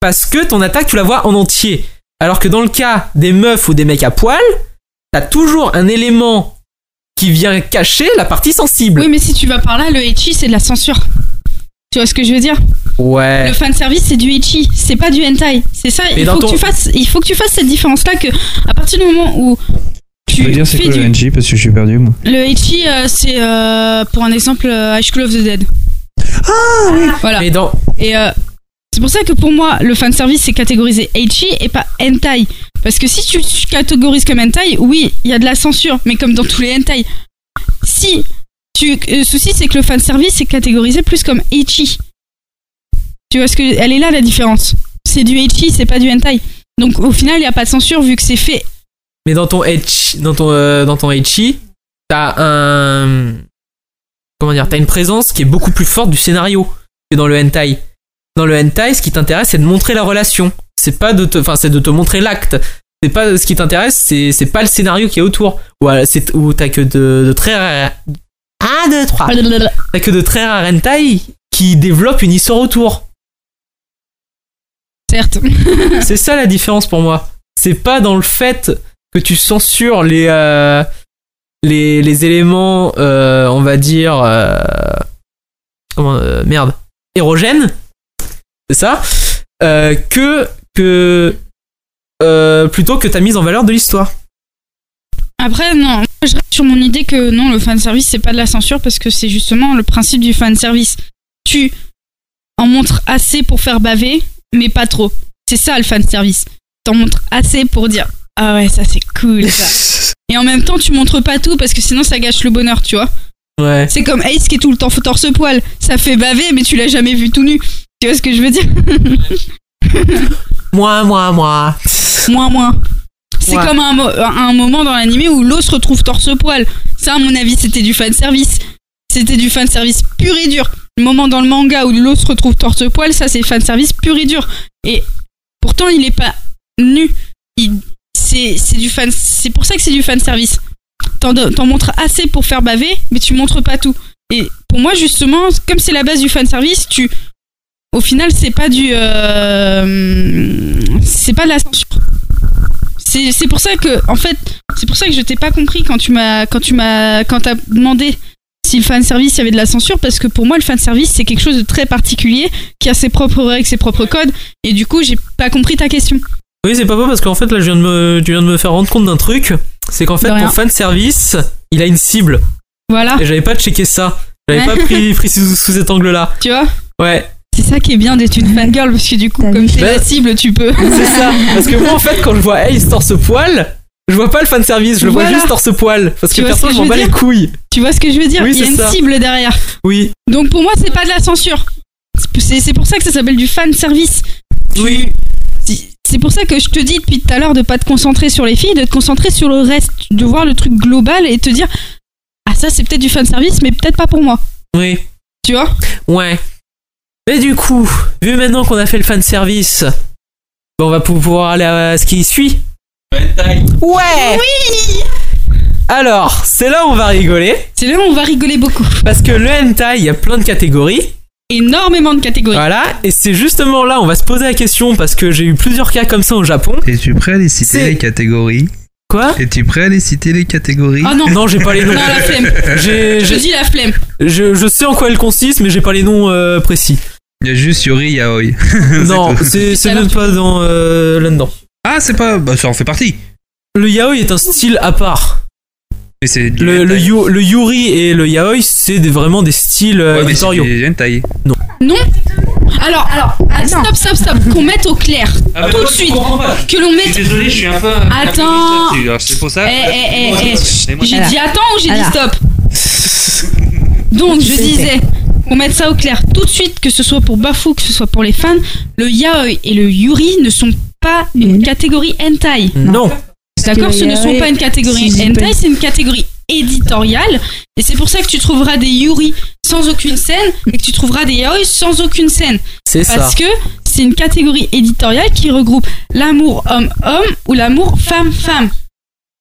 Parce que ton attaque, tu la vois en entier. Alors que dans le cas des meufs ou des mecs à poil, t'as toujours un élément qui vient cacher la partie sensible. Oui, mais si tu vas par là, le Echi, c'est de la censure. Tu vois ce que je veux dire Ouais. Le fanservice, c'est du Echi, c'est pas du hentai. C'est ça, Mais il dans faut, ton- que tu fasses, il faut que tu fasses cette différence-là que à partir du moment où Je tu peux dire c'est fais quoi le du... NJ parce que je suis perdu moi. Le Echi, euh, c'est euh, pour un exemple euh, High School of the Dead. Ah oui Voilà. Mais dans, Et euh, c'est pour ça que pour moi, le fanservice, c'est catégorisé Echi et pas hentai. Parce que si tu, tu catégorises comme hentai, oui, il y a de la censure, mais comme dans tous les hentai. Si, tu, le souci, c'est que le fanservice est catégorisé plus comme Echi. Tu vois ce que. Elle est là la différence. C'est du Echi, c'est pas du hentai. Donc au final, il n'y a pas de censure vu que c'est fait. Mais dans ton etch, dans ton euh, dans ton etchi, t'as un comment dire, t'as une présence qui est beaucoup plus forte du scénario que dans le hentai. Dans le hentai, ce qui t'intéresse, c'est de montrer la relation. C'est pas de te, enfin, c'est de te montrer l'acte. C'est pas ce qui t'intéresse, c'est c'est pas le scénario qui est autour. Ou alors, c'est ou t'as que de, de très rares- un deux trois. T'as que de très rares hentai qui développent une histoire autour. Certes. C'est ça la différence pour moi. C'est pas dans le fait que tu censures les euh, les, les éléments, euh, on va dire, euh, comment euh, merde, érogènes, c'est ça, euh, que que euh, plutôt que ta mise en valeur de l'histoire. Après, non, moi, je reste sur mon idée que non, le fanservice, c'est pas de la censure parce que c'est justement le principe du fanservice. Tu en montres assez pour faire baver, mais pas trop. C'est ça le fanservice. T'en montres assez pour dire Ah ouais, ça c'est cool ça. Et en même temps, tu montres pas tout parce que sinon ça gâche le bonheur, tu vois. Ouais. C'est comme Ace qui est tout le temps torse-poil. Ça fait baver, mais tu l'as jamais vu tout nu. Tu vois ce que je veux dire Moi, moi, moi. Moins, moins. C'est Ouais. comme un, mo- un moment dans l'animé où l'eau se retrouve torse-poil. Ça, à mon avis, c'était du fanservice. C'était du fanservice pur et dur. Le moment dans le manga où l'eau se retrouve torse-poil, ça, c'est fanservice pur et dur. Et pourtant, il est pas nu. Il- C'est c'est du fan. C'est pour ça que c'est du fanservice. T'en do- t'en montres assez pour faire baver, mais tu montres pas tout. Et pour moi, justement, comme c'est la base du fanservice, tu au final, c'est pas du. euh, c'est pas de la censure. C'est c'est pour ça que, en fait, c'est pour ça que je t'ai pas compris quand tu m'as quand tu m'as quand t'as demandé si le fanservice il y avait de la censure parce que pour moi le fanservice c'est quelque chose de très particulier qui a ses propres règles, ses propres codes et du coup j'ai pas compris ta question. Oui, c'est pas beau parce qu'en fait, là, je viens de me, je viens de me faire rendre compte d'un truc. C'est qu'en fait, De rien. ton fan service, il a une cible. Voilà, Et j'avais pas checké ça. J'avais Ouais. pas pris, pris sous, sous cet angle-là. tu vois, Ouais. c'est ça qui est bien d'être une fangirl parce que du coup comme t'es la Bah, cible tu peux. C'est ça. Parce que moi, en fait, quand je vois Ace torse poil, je vois pas le fan service, je le vois Voilà. juste torse poil. Parce Tu que vois ce personne que je m'en veux bat dire les couilles. Tu vois ce que je veux dire Oui, Il y a c'est une ça. cible derrière. Oui. Donc pour moi, c'est pas de la censure. C'est c'est pour ça que ça s'appelle du fan service. Oui. C'est pour ça que je te dis depuis tout à l'heure de pas te concentrer sur les filles, de te concentrer sur le reste, de voir le truc global et te dire ah ça c'est peut-être du fan service, mais peut-être pas pour moi. Oui. Tu vois Ouais. Mais du coup, vu maintenant qu'on a fait le fan service, on va pouvoir aller à ce qui suit. Ouais. Alors, c'est là où on va rigoler. C'est là où on va rigoler beaucoup. Parce que le hentai, il y a plein de catégories. Énormément de catégories. Voilà. Et c'est justement là, on va se poser la question parce que j'ai eu plusieurs cas comme ça au Japon. Es-tu prêt à les citer C'est- les catégories Quoi Es-tu prêt à les citer les catégories Ah non, Non, j'ai pas les noms. non la flemme. J'ai- Je j'ai- dis la flemme. je, je sais en quoi elles consistent, mais j'ai pas les noms euh, précis. Il y a juste Yuri Yaoi. Non, tout. c'est c'est Alors, même tu- pas dans euh, là-dedans. Ah, c'est pas. Bah, ça en fait partie. Le yaoi est un style à part. Mais c'est. du Le, le hentai. yo- le yuri et le yaoi, c'est des- vraiment des styles euh, Ouais, mais c'est éditoriaux. du hentai. Ah, Non. Alors, alors, stop, stop, stop. Qu'on mette au clair tout de suite. Que l'on mette. désolé, je suis un peu. Attends. C'est pour ça. Eh, eh, eh, eh. J'ai Voilà. dit attends ou j'ai dit Voilà. stop Donc je disais, on mette ça au clair tout de suite, que ce soit pour Bafou, que ce soit pour les fans, le yaoi et le yuri ne sont pas une catégorie hentai. Non. D'accord que Ce ne sont Mm-hmm. yaoi, pas une catégorie si j'ai pas hentai, dit- c'est une catégorie éditoriale. Et c'est pour ça que tu trouveras des yuri sans aucune scène et que tu trouveras des yaoi sans aucune scène. C'est ça. Parce que c'est une catégorie éditoriale qui regroupe l'amour homme-homme ou l'amour femme-femme.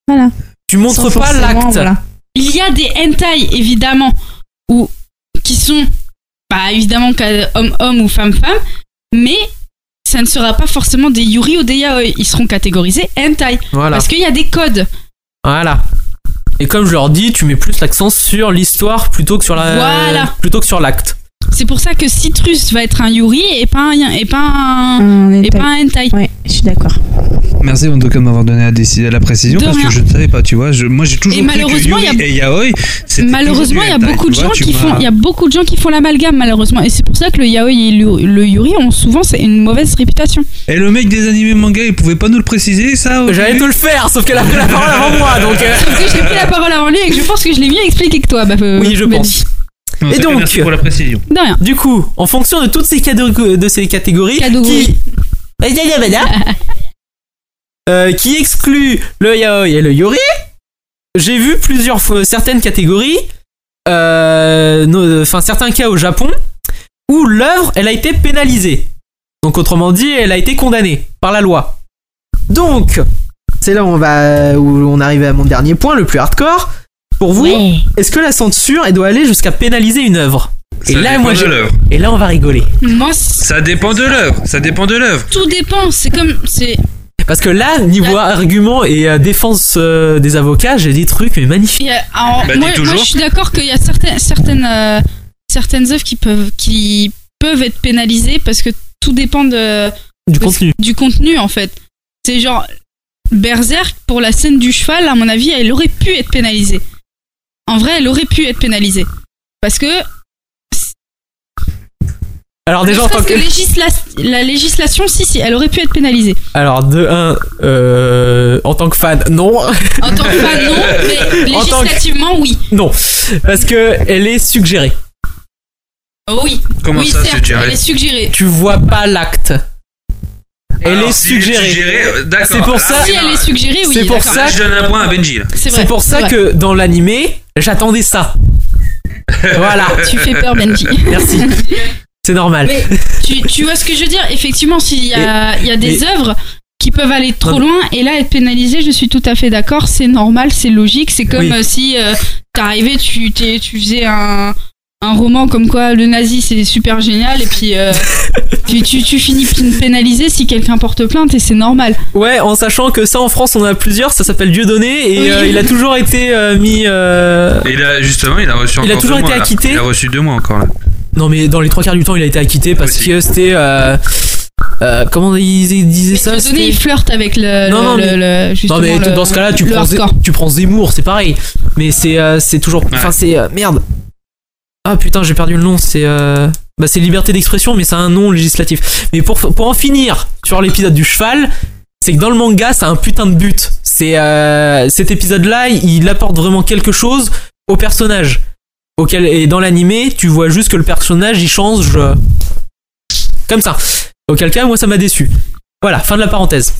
Voilà. Tu montres Sans pas forcément, l'acte. voilà. Il y a des hentai, évidemment, ou qui sont, bah, évidemment, qu'à- homme-homme ou femme-femme, mais ça ne sera pas forcément des yuri ou des yaoi. Ils seront catégorisés hentai. Voilà. Parce qu'il y a des codes. Voilà. Et comme je leur dis, tu mets plus l'accent sur l'histoire plutôt que sur la Voilà. plutôt que sur l'acte. C'est pour ça que Citrus va être un yuri et pas un, et pas un, Un Hein et pas détail. un hentai. Ouais, je suis d'accord. Merci en tout cas de m'avoir donné à décider la précision De parce rien. que je ne savais pas, tu vois. Je, moi j'ai toujours Et cru malheureusement, que il y a- Yuri et Yaoi. c'était Malheureusement, toujours il y a du hentai, beaucoup de tu gens vois, tu qui m'as- font, il y a beaucoup de gens qui font l'amalgame malheureusement, et c'est pour ça que le yaoi et le, le yuri ont souvent c'est une mauvaise réputation. Et le mec des animés manga, il pouvait pas nous le préciser ça au J'allais te début le faire, sauf qu'elle a pris la parole avant moi, donc. euh, Sauf que j'ai pris la parole avant lui et que je pense que je l'ai mieux expliqué que toi. Bah, euh, Oui, je bah, pense. dis- En Et tout cas, donc- Merci pour la précision. De rien. Du coup, en fonction de toutes ces catégories, de ces catégories, Catégories. qui, Eh, Bada, bada, bada. Euh, qui exclut le yaoi et le yuri, j'ai vu plusieurs fois- certaines catégories, euh, no- enfin certains cas au Japon où l'œuvre elle a été pénalisée. Donc autrement dit, elle a été condamnée par la loi. Donc c'est là où on va euh, où on arrive à mon dernier point le plus hardcore. Pour vous, est-ce que la censure elle doit aller jusqu'à pénaliser une œuvre Et Ça là, dépend moi, de j'ai- l'œuvre. et là, on va rigoler. Moi, c- Ça dépend de l'œuvre. Ça dépend de l'œuvre. tout dépend. C'est comme. C'est... Parce que là, niveau argument et euh, défense euh, des avocats, j'ai des trucs mais magnifiques. il y a- alors, Bah, dis moi, moi, toujours. je suis d'accord qu'il y a certaines, certaines, euh, certaines œuvres qui peuvent, qui peuvent être pénalisées parce que tout dépend de, Du Parce- contenu. du contenu en fait. C'est genre. Berserk, pour la scène du cheval, à mon avis, elle aurait pu être pénalisée. En vrai, elle aurait pu être pénalisée. Parce que Alors Je déjà en tant pense que... que législa- la législation, si, si, elle aurait pu être pénalisée. Alors de un, euh, en tant que fan, non. En tant que fan, non, mais En tant que- législativement, oui. non. Parce que elle est suggérée. Oh oui. Comment oui, ça, certes, suggérée Elle est suggérée. Tu vois pas l'acte. Elle Ah. Alors, est si elle est suggérée. suggérée, euh, d'accord. C'est pour Ah, ça, Si elle est suggérée, oui. C'est pour d'accord. ça- Là, je donne un point à Benji. là. C'est vrai, c'est pour ça vrai. que dans l'animé, j'attendais ça. voilà. Tu fais peur, Benji. Merci. C'est normal. Mais tu, tu vois ce que je veux dire Effectivement, s'il y a, il y a des mais- œuvres qui peuvent aller trop Non, mais- loin et là être pénalisé, je suis tout à fait d'accord, c'est normal, c'est logique, c'est comme Oui. euh, si euh, t'arrivais, tu, t'es- tu faisais un, un roman comme quoi le nazi c'est super génial et puis euh, tu, tu, tu finis p- pénalisé si quelqu'un porte plainte et c'est normal. Ouais, en sachant que ça en France on en a plusieurs, ça s'appelle Dieudonné et Oui. euh, il a toujours été euh, mis. euh, Et là, justement, il a reçu Il a encore toujours deux été mois, là. acquitté. Il a reçu deux mois encore là. Non mais dans les trois quarts du temps il a été acquitté parce que c'était. euh, euh, comment ils disaient ça Dieudonné, il c'était- flirte avec le. Non, le- non, le- mais- le- justement, Non mais le- dans ce cas-là tu le prends, Zé- hardcore. tu prends Zemmour, c'est pareil. Mais c'est euh, c'est toujours. Enfin c'est euh, merde. Ah putain j'ai perdu le nom, c'est euh, bah c'est liberté d'expression mais c'est un nom législatif. Mais pour pour en finir sur l'épisode du cheval. C'est que dans le manga, ça a un putain de but. C'est euh, cet épisode-là, il apporte vraiment quelque chose au personnage. Auquel et dans l'animé, tu vois juste que le personnage il change euh, comme ça. Auquel cas, moi ça m'a déçu. Voilà, fin de la parenthèse.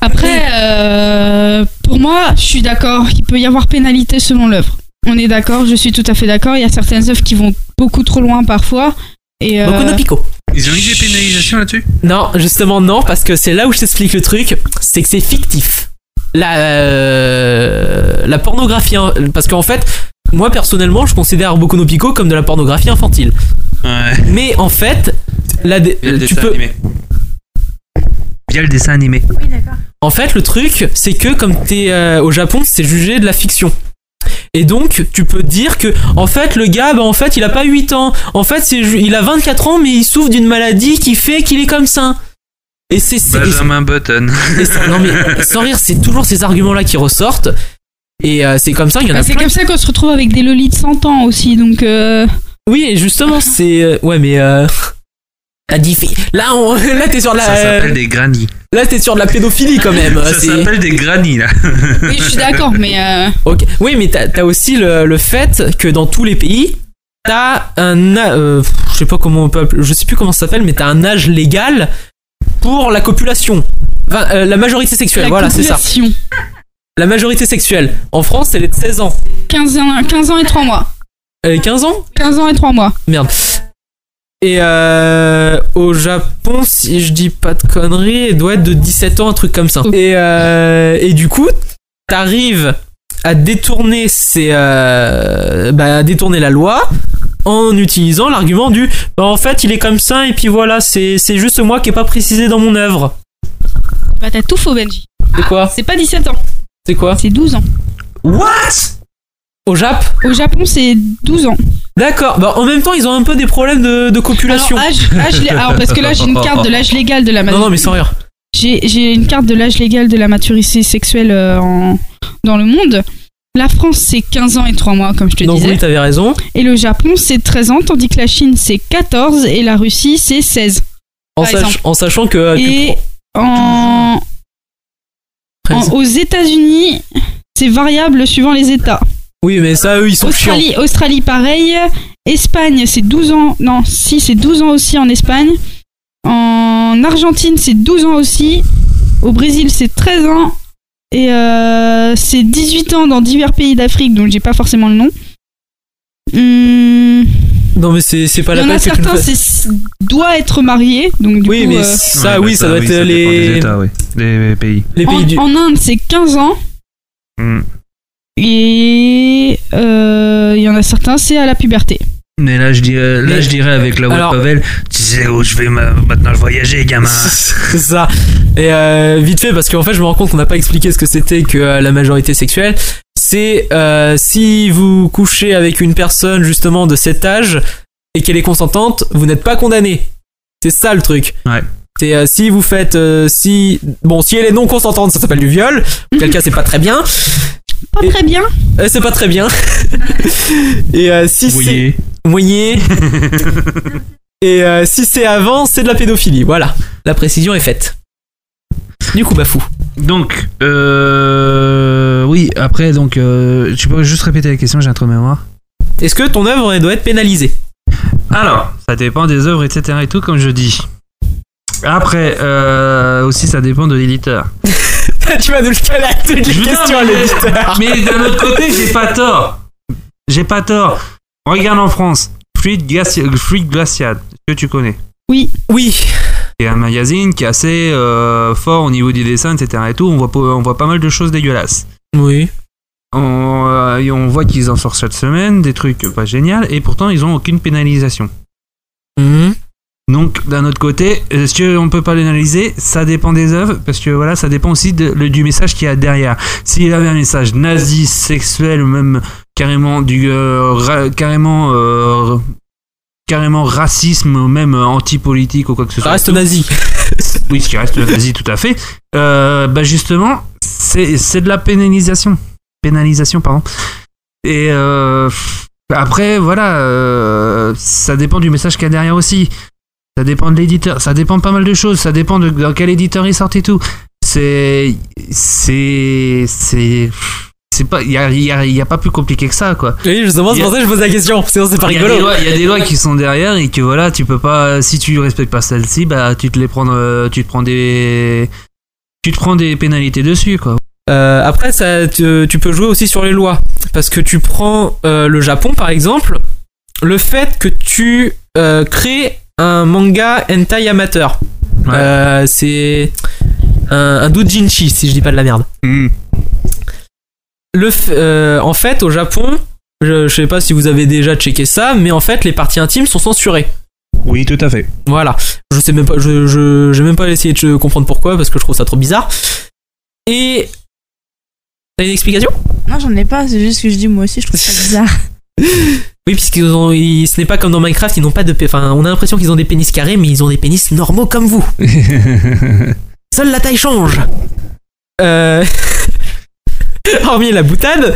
Après, euh, pour moi, je suis d'accord. Il peut y avoir pénalité selon l'œuvre. On est d'accord, je suis tout à fait d'accord. Il y a certaines œuvres qui vont beaucoup trop loin parfois. Et, euh, Boku no Pico. Ils ont eu des pénalisations là-dessus Non, justement non, parce que c'est là où je t'explique le truc, c'est que c'est fictif. La, euh, la pornographie, hein, parce qu'en fait, moi personnellement, je considère Boku no Pico comme de la pornographie infantile. Mais en fait, la, dé- Via le tu dessin peux, animé. Via le dessin animé. En fait, le truc, c'est que comme t'es euh, au Japon, c'est jugé de la fiction. Et donc, tu peux dire que, en fait, le gars, bah, en fait, il a pas 8 ans. En fait, c'est ju- il a 24 ans, mais il souffre d'une maladie qui fait qu'il est comme ça. Et Bah, c'est. c'est- et c'est- Benjamin Button. et c'est- non, mais sans rire, c'est toujours ces arguments-là qui ressortent. Et euh, c'est comme ça, il y en bah, a c'est plein. comme ça qu'on se retrouve avec des lolis de 100 ans aussi. Donc, euh, Oui, et justement, c'est. euh, ouais, mais. Euh... T'as dit. fi- Là, on... là t'es sur de la. euh, Ça s'appelle des grannies. Là, t'es sur de la pédophilie quand même. bah, Ça c'est- s'appelle des grannies là. oui, je suis d'accord, mais euh, Ok. Oui, mais t'as t'as aussi le, le fait que dans tous les pays, t'as un, a- euh, pff, je sais pas comment on peut, appeler- je sais plus comment ça s'appelle, mais t'as un âge légal pour la copulation, Enfin, euh, la majorité sexuelle. La voilà, c'est ça. copulation. La majorité sexuelle. En France, elle est de 16 ans. 15 ans, 15 ans et 3 mois. Elle est 15 ans 15 ans et 3 mois. Merde. Et euh, au Japon, si je dis pas de conneries, elle doit être de 17 ans, un truc comme ça. Et, euh, et du coup, t'arrives à détourner ces, euh, bah, à détourner la loi en utilisant l'argument du bah, en fait il est comme ça et puis voilà c'est c'est juste moi qui est pas précisé dans mon œuvre. Bah, t'as tout faux, Benji. C'est quoi C'est pas 17 ans, C'est quoi c'est 12 ans. What Au Jap Au Japon, c'est 12 ans. D'accord. Bah en même temps ils ont un peu des problèmes de, de Alors, ah, copulation. âge, âge lé- alors, parce que là, j'ai une carte de l'âge légal de la non majorité. non mais sans rire. J'ai j'ai une carte de l'âge légal de la maturité sexuelle euh, en- dans le monde. La France, c'est 15 ans et 3 mois, comme je te Donc disais. oui t'avais raison. Et le Japon, c'est 13 ans, tandis que la Chine, c'est 14 et la Russie, c'est 16. En, Par sach- exemple. en sachant que euh, tu Et en... Très en- bien. aux États-Unis, c'est variable suivant les États. Oui, mais ça, eux, ils sont chiants. Australie, Australie, pareil. Espagne, c'est 12 ans. Non, si, c'est 12 ans aussi en Espagne. En Argentine, c'est 12 ans aussi. Au Brésil, c'est 13 ans. Et euh, c'est 18 ans dans divers pays d'Afrique, donc j'ai pas forcément le nom. Hum, Non, mais c'est c'est pas il la y en peine a que tu certains, me fasses- c'est doit être marié, donc du Oui, coup, mais euh, ça, bah, oui, ça doit être les, Des pays. les en, pays du. en Inde, c'est 15 ans. Mm. Hmm. Et euh, il y en a certains, c'est à la puberté. Mais là, je dirais, là, Mais- je dirais avec la voix Alors- de Pavel, tu sais où je vais ma- maintenant voyager, gamin. Oh. C'est ça. Et euh, vite fait, parce qu'en fait, je me rends compte qu'on n'a pas expliqué ce que c'était que euh, la majorité sexuelle. C'est euh, si vous couchez avec une personne justement de cet âge et qu'elle est consentante, vous n'êtes pas condamné. C'est ça le truc. Ouais. C'est euh, si vous faites euh, si bon si elle est non consentante, ça s'appelle du viol. Auquel cas, c'est pas très bien. Pas Et- très bien. Euh, c'est pas très bien. et euh, si c'est voyez. moyen. Et euh, si c'est avant, c'est de la pédophilie. Voilà, la précision est faite. Du coup, bafou. Donc, euh, oui, après, donc, euh, tu peux juste répéter la question, j'ai un trou de mémoire. Est-ce que ton œuvre elle doit être pénalisée Alors, ça dépend des œuvres, etc. et tout, comme je dis. Après, euh, aussi, ça dépend de l'éditeur. Tu vas nous le caler à toutes les Je veux dire, questions à mais- l'éditeur. Mais d'un autre côté, j'ai pas tort. J'ai pas tort. Regarde en France, Fluide, Glacia- Fluide Glaciade, que tu connais. Oui, C'est un magazine qui est assez euh, fort au niveau du dessin, etc. Et tout. On voit, pas- on voit pas mal de choses dégueulasses. oui. on, euh, et on voit qu'ils en sortent chaque semaine des trucs pas génial et pourtant ils ont aucune pénalisation. Mhm. Donc d'un autre côté, est-ce qu'on peut pas l'analyser Ça dépend des œuvres parce que voilà, ça dépend aussi de- le- du message qu'il y a derrière. S'il avait un message nazi, sexuel ou même carrément du euh, ra- carrément euh, carrément racisme ou même euh, anti-politique ou quoi que ce Ça soit. reste nazi. Oui, ce qui reste nazi tout à fait. Euh, bah justement, c'est c'est de la pénalisation. Pénalisation, pardon. Et euh, après, voilà, euh, ça dépend du message qu'il y a derrière aussi. Ça dépend de l'éditeur, ça dépend de pas mal de choses, ça dépend de dans quel éditeur il sort et tout. C'est. C'est. C'est. C'est pas. Il n'y a, y a- y a pas plus compliqué que ça, quoi. Oui, justement, Il c'est y a- pour ça que je pose la question. Sinon, c'est pas Il y a rigolo. des lois- il y, a des lois qui sont derrière et que voilà, tu peux pas. Si tu respectes pas celle-ci, bah tu te les prends, euh, tu te prends des, tu te prends des pénalités dessus quoi. Euh, après, ça, tu, tu peux jouer aussi sur les lois. Parce que tu prends euh, le Japon, par exemple, le fait que tu euh, crées un manga hentai amateur. Euh, c'est un, un doujinshi, si je dis pas de la merde. Mm. Le f- euh, en fait, au Japon, je, je sais pas si vous avez déjà checké ça, mais en fait, les parties intimes sont censurées. Oui, tout à fait. Voilà. Je sais même pas, je, je- j'ai même pas essayé de comprendre pourquoi, parce que je trouve ça trop bizarre. Et. T'as une explication Non, j'en ai pas, c'est juste que je dis moi aussi, je trouve ça bizarre. Oui, puisqu'ils ont, ils- ce n'est pas comme dans Minecraft, ils n'ont pas de, pé- enfin, on a l'impression qu'ils ont des pénis carrés, mais ils ont des pénis normaux comme vous. Seule la taille change. Euh, Hormis la boutade.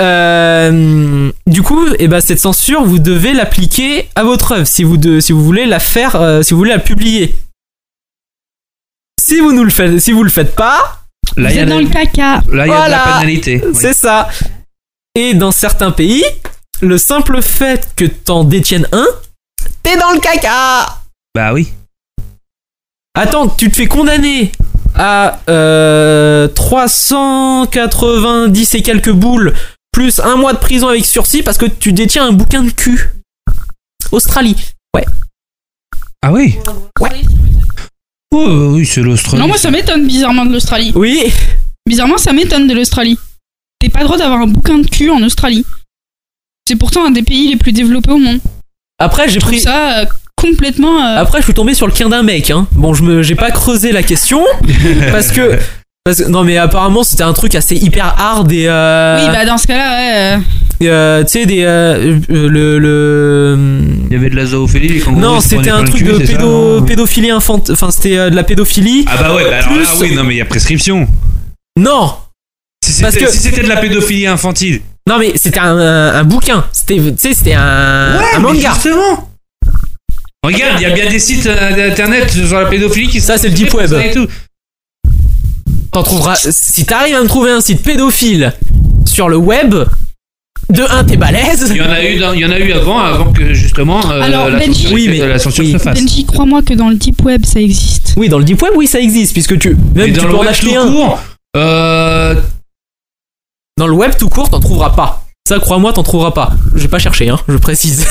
euh, Du coup, eh ben, cette censure, vous devez l'appliquer à votre œuvre si vous, de- si vous voulez la faire, euh, si vous voulez la publier. Si vous ne le faites, si vous le faites pas, Vous êtes dans le caca. Là, Ah, il y a de la Voilà. pénalité. c'est ça. Et dans certains pays, le simple fait que t'en détiennes un, t'es dans le caca. Bah oui. Attends, tu te fais condamner à euh, 390 et quelques boules, plus un mois de prison avec sursis parce que tu détiens un bouquin de cul. Australie. Ouais. Ah oui Oh, oui, c'est l'Australie. Non, moi ça m'étonne bizarrement de l'Australie. Oui. Bizarrement, ça m'étonne de l'Australie. T'es pas le droit d'avoir un bouquin de cul en Australie. C'est pourtant un des pays les plus développés au monde. Après, j'ai Je trouve pris. ça euh, complètement. euh, Après, je suis tombé sur le quin d'un mec. Hein. Bon, je me, j'ai pas creusé la question parce que, parce que- non, mais apparemment c'était un truc assez hyper hard et. euh, Oui, bah dans ce cas-là, ouais. euh, et, euh, tu sais des euh, euh, le, le Il y avait de la zoophilie, les kangourous. non ils se c'était prenaient un plein truc cul, de c'est ça, pédo- non pédophilie infantile enfin c'était euh, de la pédophilie Ah bah ouais, bah alors là, Plus- oui, non mais il y a prescription. non Si Parce c'était que- si c'était de la pédophilie infantile. non mais c'était un, euh, un bouquin c'était tu sais c'était un, un manga Justement Regarde, il y a bien des sites euh, internet sur la pédophilie qui ça c'est le deep Ah, web bah. et tout. t'en trouveras si t'arrives à me trouver un site pédophile sur le web de 1 t'es balèze Il y en a eu, dans- il y en a eu avant, avant que justement euh, Alors, la, Benji- censure, Oui, mais- la censure oui. se fasse. Benji, crois-moi que dans le deep web ça existe. oui dans le deep web oui ça existe puisque tu même Et tu dans le peux en web acheter tout un court, euh, Dans le web tout court, t'en trouveras pas. Ça, crois-moi, t'en trouveras pas. J'ai pas cherché, hein, je précise.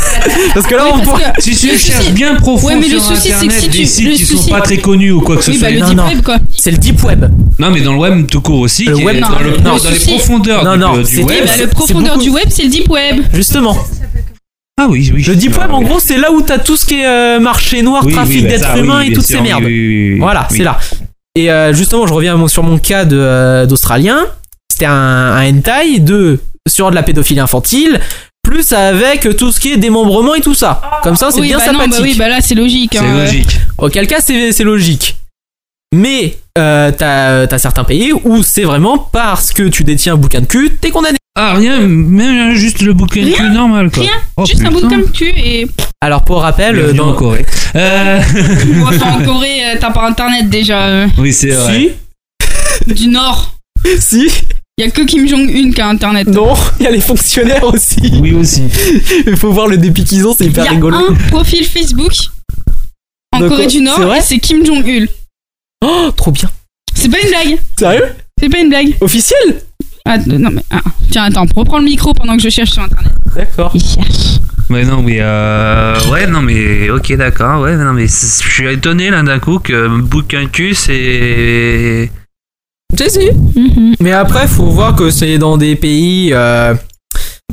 Parce que là, Oui, on parce pourrait- que- si le tu cherches souci- bien profond Ouais, mais le sur souci, c'est que internet si tu- des sites le qui sont souci- pas très connus ou quoi que ce Oui, soit. bah le Non, deep non. web quoi. C'est le deep web. Non mais dans le web tout court aussi, Le qui web, est non, dans, le- le, non, dans les souci- profondeurs Non, du, euh, non, du c'est- Oui, web. bah c'est le profondeur beaucoup- du web, c'est le deep web. Justement. Ah oui, oui. Le deep web, en gros, c'est là où t'as tout ce qui est euh, marché noir, Oui, oui, trafic bah, d'êtres ça, oui, humains et bien toutes sûr, ces oui, merdes. oui, oui, oui, Voilà, oui. c'est là. Et euh, justement, je reviens à mon- sur mon cas de, euh, d'Australien. C'était un, un hentai de, sur de la pédophilie infantile, plus avec tout ce qui est démembrement et tout ça. Comme ça, c'est oui, bien bah non, sympathique. bah oui, bah là c'est logique. C'est hein. logique. Auquel cas, c'est c'est logique. Mais euh, t'as t'as certains pays où c'est vraiment parce que tu détiens un bouquin de cul, t'es condamné. Ah rien, même juste le bouquin de Rien, cul normal quoi. rien, Oh, Juste un bout de putain. comme cul et. Alors pour rappel, euh, Bienvenue dans en Corée. Euh, Bon, enfin, en Corée, euh, t'as pas internet déjà. euh, oui c'est vrai. si, du Nord. si, Y a que Kim Jong-un qui a internet. non, il y a les fonctionnaires aussi. Oui aussi. Il faut voir le dépit qu'ils ont, c'est Il y hyper a rigolo. un profil Facebook en De Corée quoi du Nord C'est vrai et c'est Kim Jong-il. Oh, trop bien. C'est pas une blague. Sérieux C'est pas une blague. Officiel Ah, non, mais. ah, tiens, attends, reprends le micro pendant que je cherche sur internet. D'accord. Il cherche. Mais non mais euh, ouais non mais ok d'accord ouais non mais c'est- je suis étonné là d'un coup que bouquin de cul c'est Si, si. Mhm. Mais après, faut voir que c'est dans des pays euh,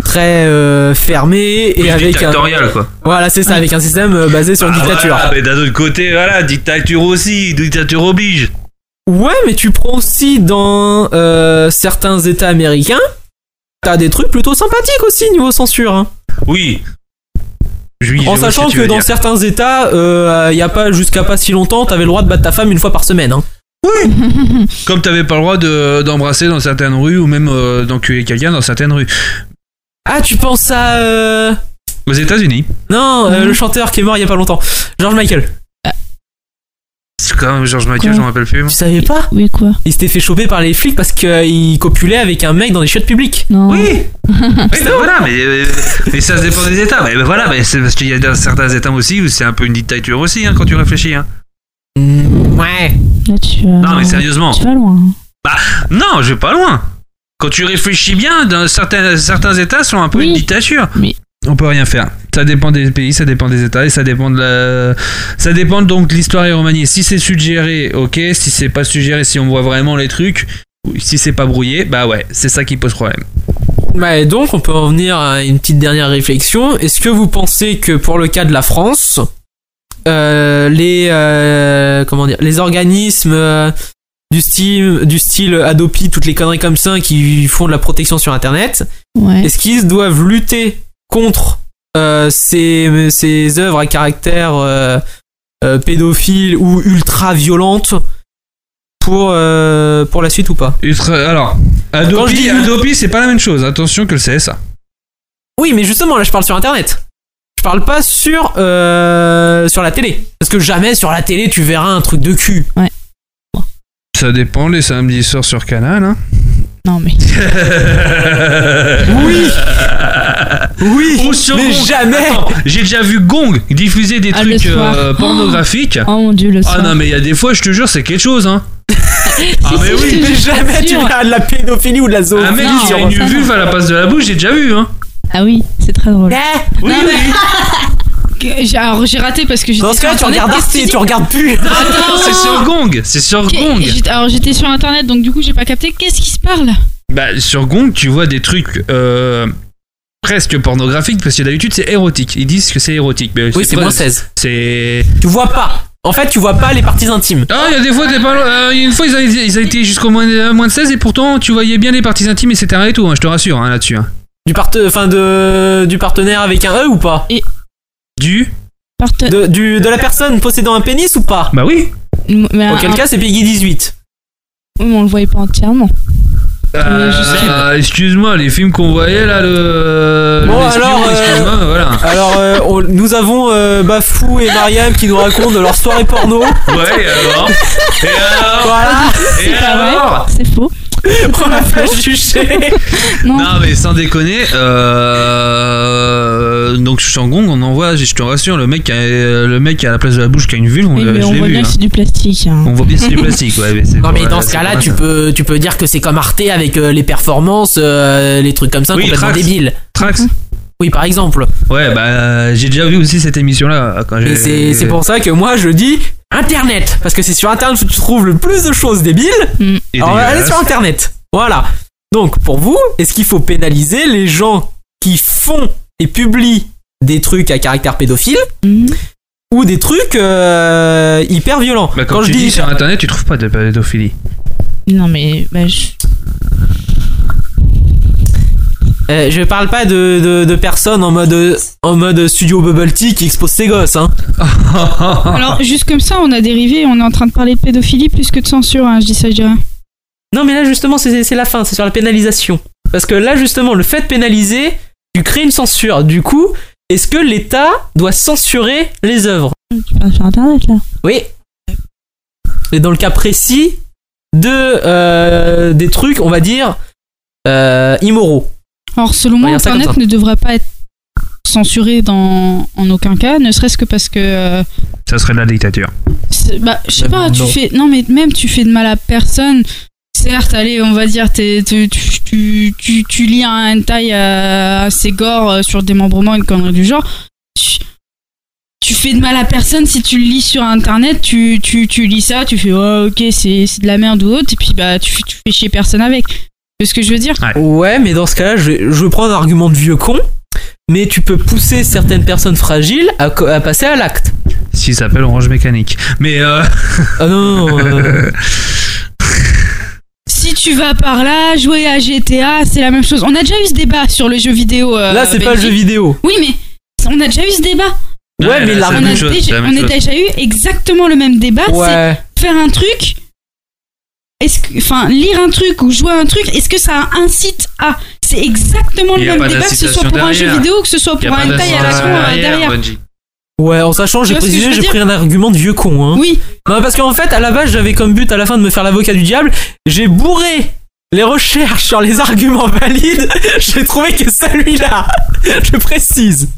très euh, fermés et Plus avec un. dictatorial, quoi. Voilà, c'est ça, avec un système euh, basé sur une Ah, dictature. voilà, mais d'un autre côté, voilà, dictature aussi, dictature oblige. Ouais, mais tu prends aussi dans euh, certains États américains, t'as des trucs plutôt sympathiques aussi niveau censure. hein. Oui. Oui, je vois en ce sachant tu que, veux dans dire. certains États, il euh, y a pas jusqu'à pas si longtemps, t'avais le droit de battre ta femme une fois par semaine. Hein. Comme t'avais pas le droit de- d'embrasser dans certaines rues ou même euh, d'enculer quelqu'un dans certaines rues. Ah, tu penses à euh, Aux États-Unis, non euh, le chanteur qui est mort il y a pas longtemps, George Michael. c'est quand même George Michael, Quoi je m'en rappelle plus. moi. Tu savais pas Oui, quoi Il s'était fait choper par les flics parce qu'il copulait avec un mec dans des chiottes publiques. Non. Oui, Oui, ben voilà, mais, euh, mais ça se dépend des États. Mais ben voilà, mais c'est parce qu'il y a dans certains États aussi où c'est un peu une dictature aussi hein, quand tu réfléchis. hein. Mm. ouais. Là, tu vas. Non, mais sérieusement. Tu vas loin. hein. Non, je vais pas loin. Quand tu réfléchis bien, dans certains, certains États sont un peu Oui. une dictature. Mais- On peut rien faire. Ça dépend des pays, ça dépend des États et ça dépend de la... Ça dépend donc de l'histoire et remaniée. Si c'est suggéré, ok. Si c'est pas suggéré, si on voit vraiment les trucs, ou si c'est pas brouillé, bah ouais, c'est ça qui pose problème. Bah, et donc, on peut en venir à une petite dernière réflexion. Est-ce que vous pensez que pour le cas de la France, euh, les, euh, comment dire, les organismes euh, du, style, du style Adopi, toutes les conneries comme ça qui font de la protection sur Internet, Ouais. est-ce qu'ils doivent lutter contre euh, ces, ces œuvres à caractère euh, euh, pédophile ou ultra violente pour, euh, pour la suite ou pas Ultra- Alors, Quand je Adopi, dis- Adopi, c'est pas la même chose. Attention que le CSA. Oui, mais justement, là, je parle sur Internet. Je parle pas sur euh, sur la télé, parce que jamais sur la télé tu verras un truc de cul. Ça dépend les samedis soirs sur Canal. Hein. Non, mais. Oui. Oui, On se mais rend- jamais. Attends, J'ai déjà vu Gong diffuser des Ah, le trucs soir. euh, pornographiques. Oh mon dieu, le Ah soir. non, mais il y a des fois, je te jure, c'est quelque chose, hein. ah, mais si, oui. si. Mais jamais tu Sûr. verras de la pédophilie ou de la zoophilie. Un mec qui a sur- une Oh, ça, vulve à la passe de la bouche, j'ai déjà vu, hein. Ah oui, c'est très drôle. Eh, Non, mais- J'ai- Alors j'ai raté parce que j'étais. Dans ce cas-là, sur tu regardes Internet, Arte, je me suis tu regardes plus. dit, Non, c'est sur Gong, c'est sur Ok, Gong. j'étais- Alors j'étais sur internet donc du coup j'ai pas capté qu'est-ce qui se parle. Bah, sur Gong, tu vois des trucs euh, presque pornographiques parce que d'habitude, c'est érotique. Ils disent que c'est érotique. Mais Oui, c'est pas- moins 16. C'est. Tu vois pas. En fait, tu vois pas les parties intimes. Ah, il y a des fois, t'es pas loin- euh, une fois, ils avaient, ils avaient été jusqu'au moins, euh, moins de 16 et pourtant, tu voyais bien les parties intimes, etc. et tout, hein, je te rassure, hein, là-dessus. hein. Du parte, enfin de du partenaire avec un E ou pas Du Parte- de, du, de la personne possédant un pénis ou pas Bah oui. Mais un- Auquel cas, c'est Peggy 18. Oui, mais on le voyait pas entièrement. Ah, Euh, Ah, excuse-moi, les films qu'on voyait là, le. Bon, le espion, alors, Ah, euh, excuse-moi, voilà. Alors, euh, on- nous avons euh, Bafou et Mariam qui nous racontent leur soirée porno. Ouais, et alors Et alors Voilà, Et alors C'est faux. on l'a fait juger. Non. Non, Ah, mais sans déconner, euh. Donc, Shangong, on en voit, je te rassure, le mec, qui a, le mec à la place de la bouche qui a une vulve, on, Oui, mais je on l'ai voit vu. bien que hein. c'est du plastique. hein. On voit bien que c'est du plastique, ouais. Mais c'est- Non, mais ouais, dans ce c'est cas-là, pas tu mal. peux, tu peux dire que c'est comme Arte avec euh, les performances, euh, les trucs comme ça, Oui, complètement Trax. débiles. Trax Oui, par exemple. Ouais, bah, euh, j'ai déjà vu aussi cette émission-là. euh, quand Et j'ai- c'est c'est pour ça que moi, je dis Internet. Parce que c'est sur Internet que tu trouves le plus de choses débiles. Mm. Et Alors, allez dégueulasse. sur Internet. Voilà. Donc, pour vous, est-ce qu'il faut pénaliser les gens qui font et publient des trucs à caractère pédophile Mhm. ou des trucs euh, hyper violents Bah, Quand je dis sur internet, tu trouves pas de pédophilie. Non, mais. Bah, je... Euh, je parle pas de, de, de personnes en mode, en mode studio bubble tea qui expose ses gosses. Hein. Ah. Alors juste comme ça on a dérivé, on est en train de parler de pédophilie plus que de censure, hein, je dis ça je dis rien. Non, mais là, justement, c'est c'est la fin, c'est sur la pénalisation. Parce que là, justement, le fait de pénaliser, tu crées une censure. Du coup, est-ce que l'État doit censurer les œuvres Tu parles sur internet là. Oui. Et dans le cas précis de euh, des trucs, on va dire, euh, immoraux. Alors selon moi On va dire ça internet comme ça. ne devrait pas être censuré dans en aucun cas, ne serait-ce que parce que euh, Ça serait de la dictature. c'est- bah je sais Bah, pas, tu non. fais non mais même tu fais de mal à personne. Certes, allez, on va dire, t'es- tu, tu, tu, tu, tu lis un hentai euh, assez gore euh, sur démembrement, une connerie du genre. Tu, tu tu fais de mal à personne si tu le lis sur internet, tu, tu, tu lis ça, tu fais oh, ok, c'est c'est de la merde ou autre, et puis bah tu, fais- tu fais chier personne avec. C'est ce que je veux dire. Ouais, mais dans ce cas-là, je, vais- je prends un argument de vieux con, mais tu peux pousser certaines personnes fragiles à, co- à passer à l'acte. S'il s'appelle Orange Mécanique. Mais euh, Ah non, non, non, euh, Si tu vas par là, jouer à GTA, c'est la même chose. On a déjà eu ce débat sur le jeu vidéo. euh, là, c'est pas le jeu Benji. vidéo. Oui, mais on a déjà eu ce débat. Ouais, Ouais, mais là, la c'est Ah, on, la a même chose, c'est déjà, la même on a chose. déjà eu exactement le même débat. Ouais. C'est faire un truc. Est-ce que, enfin, lire un truc ou jouer à un truc, est-ce que ça incite à C'est exactement le Il y a même pas débat, que ce soit d'incitation pour un jeu derrière. vidéo ou que ce soit Il y pour pas un taille à la con, d'incitation euh, derrière. Bungie. Ouais, en sachant, j'ai vois ce que je précisé, veux j'ai dire pris un argument de vieux con. Hein. Oui, Non, parce qu'en fait, à la base, j'avais comme but à la fin de me faire l'avocat du diable. J'ai bourré les recherches sur les arguments valides. J'ai trouvé que celui-là, je précise.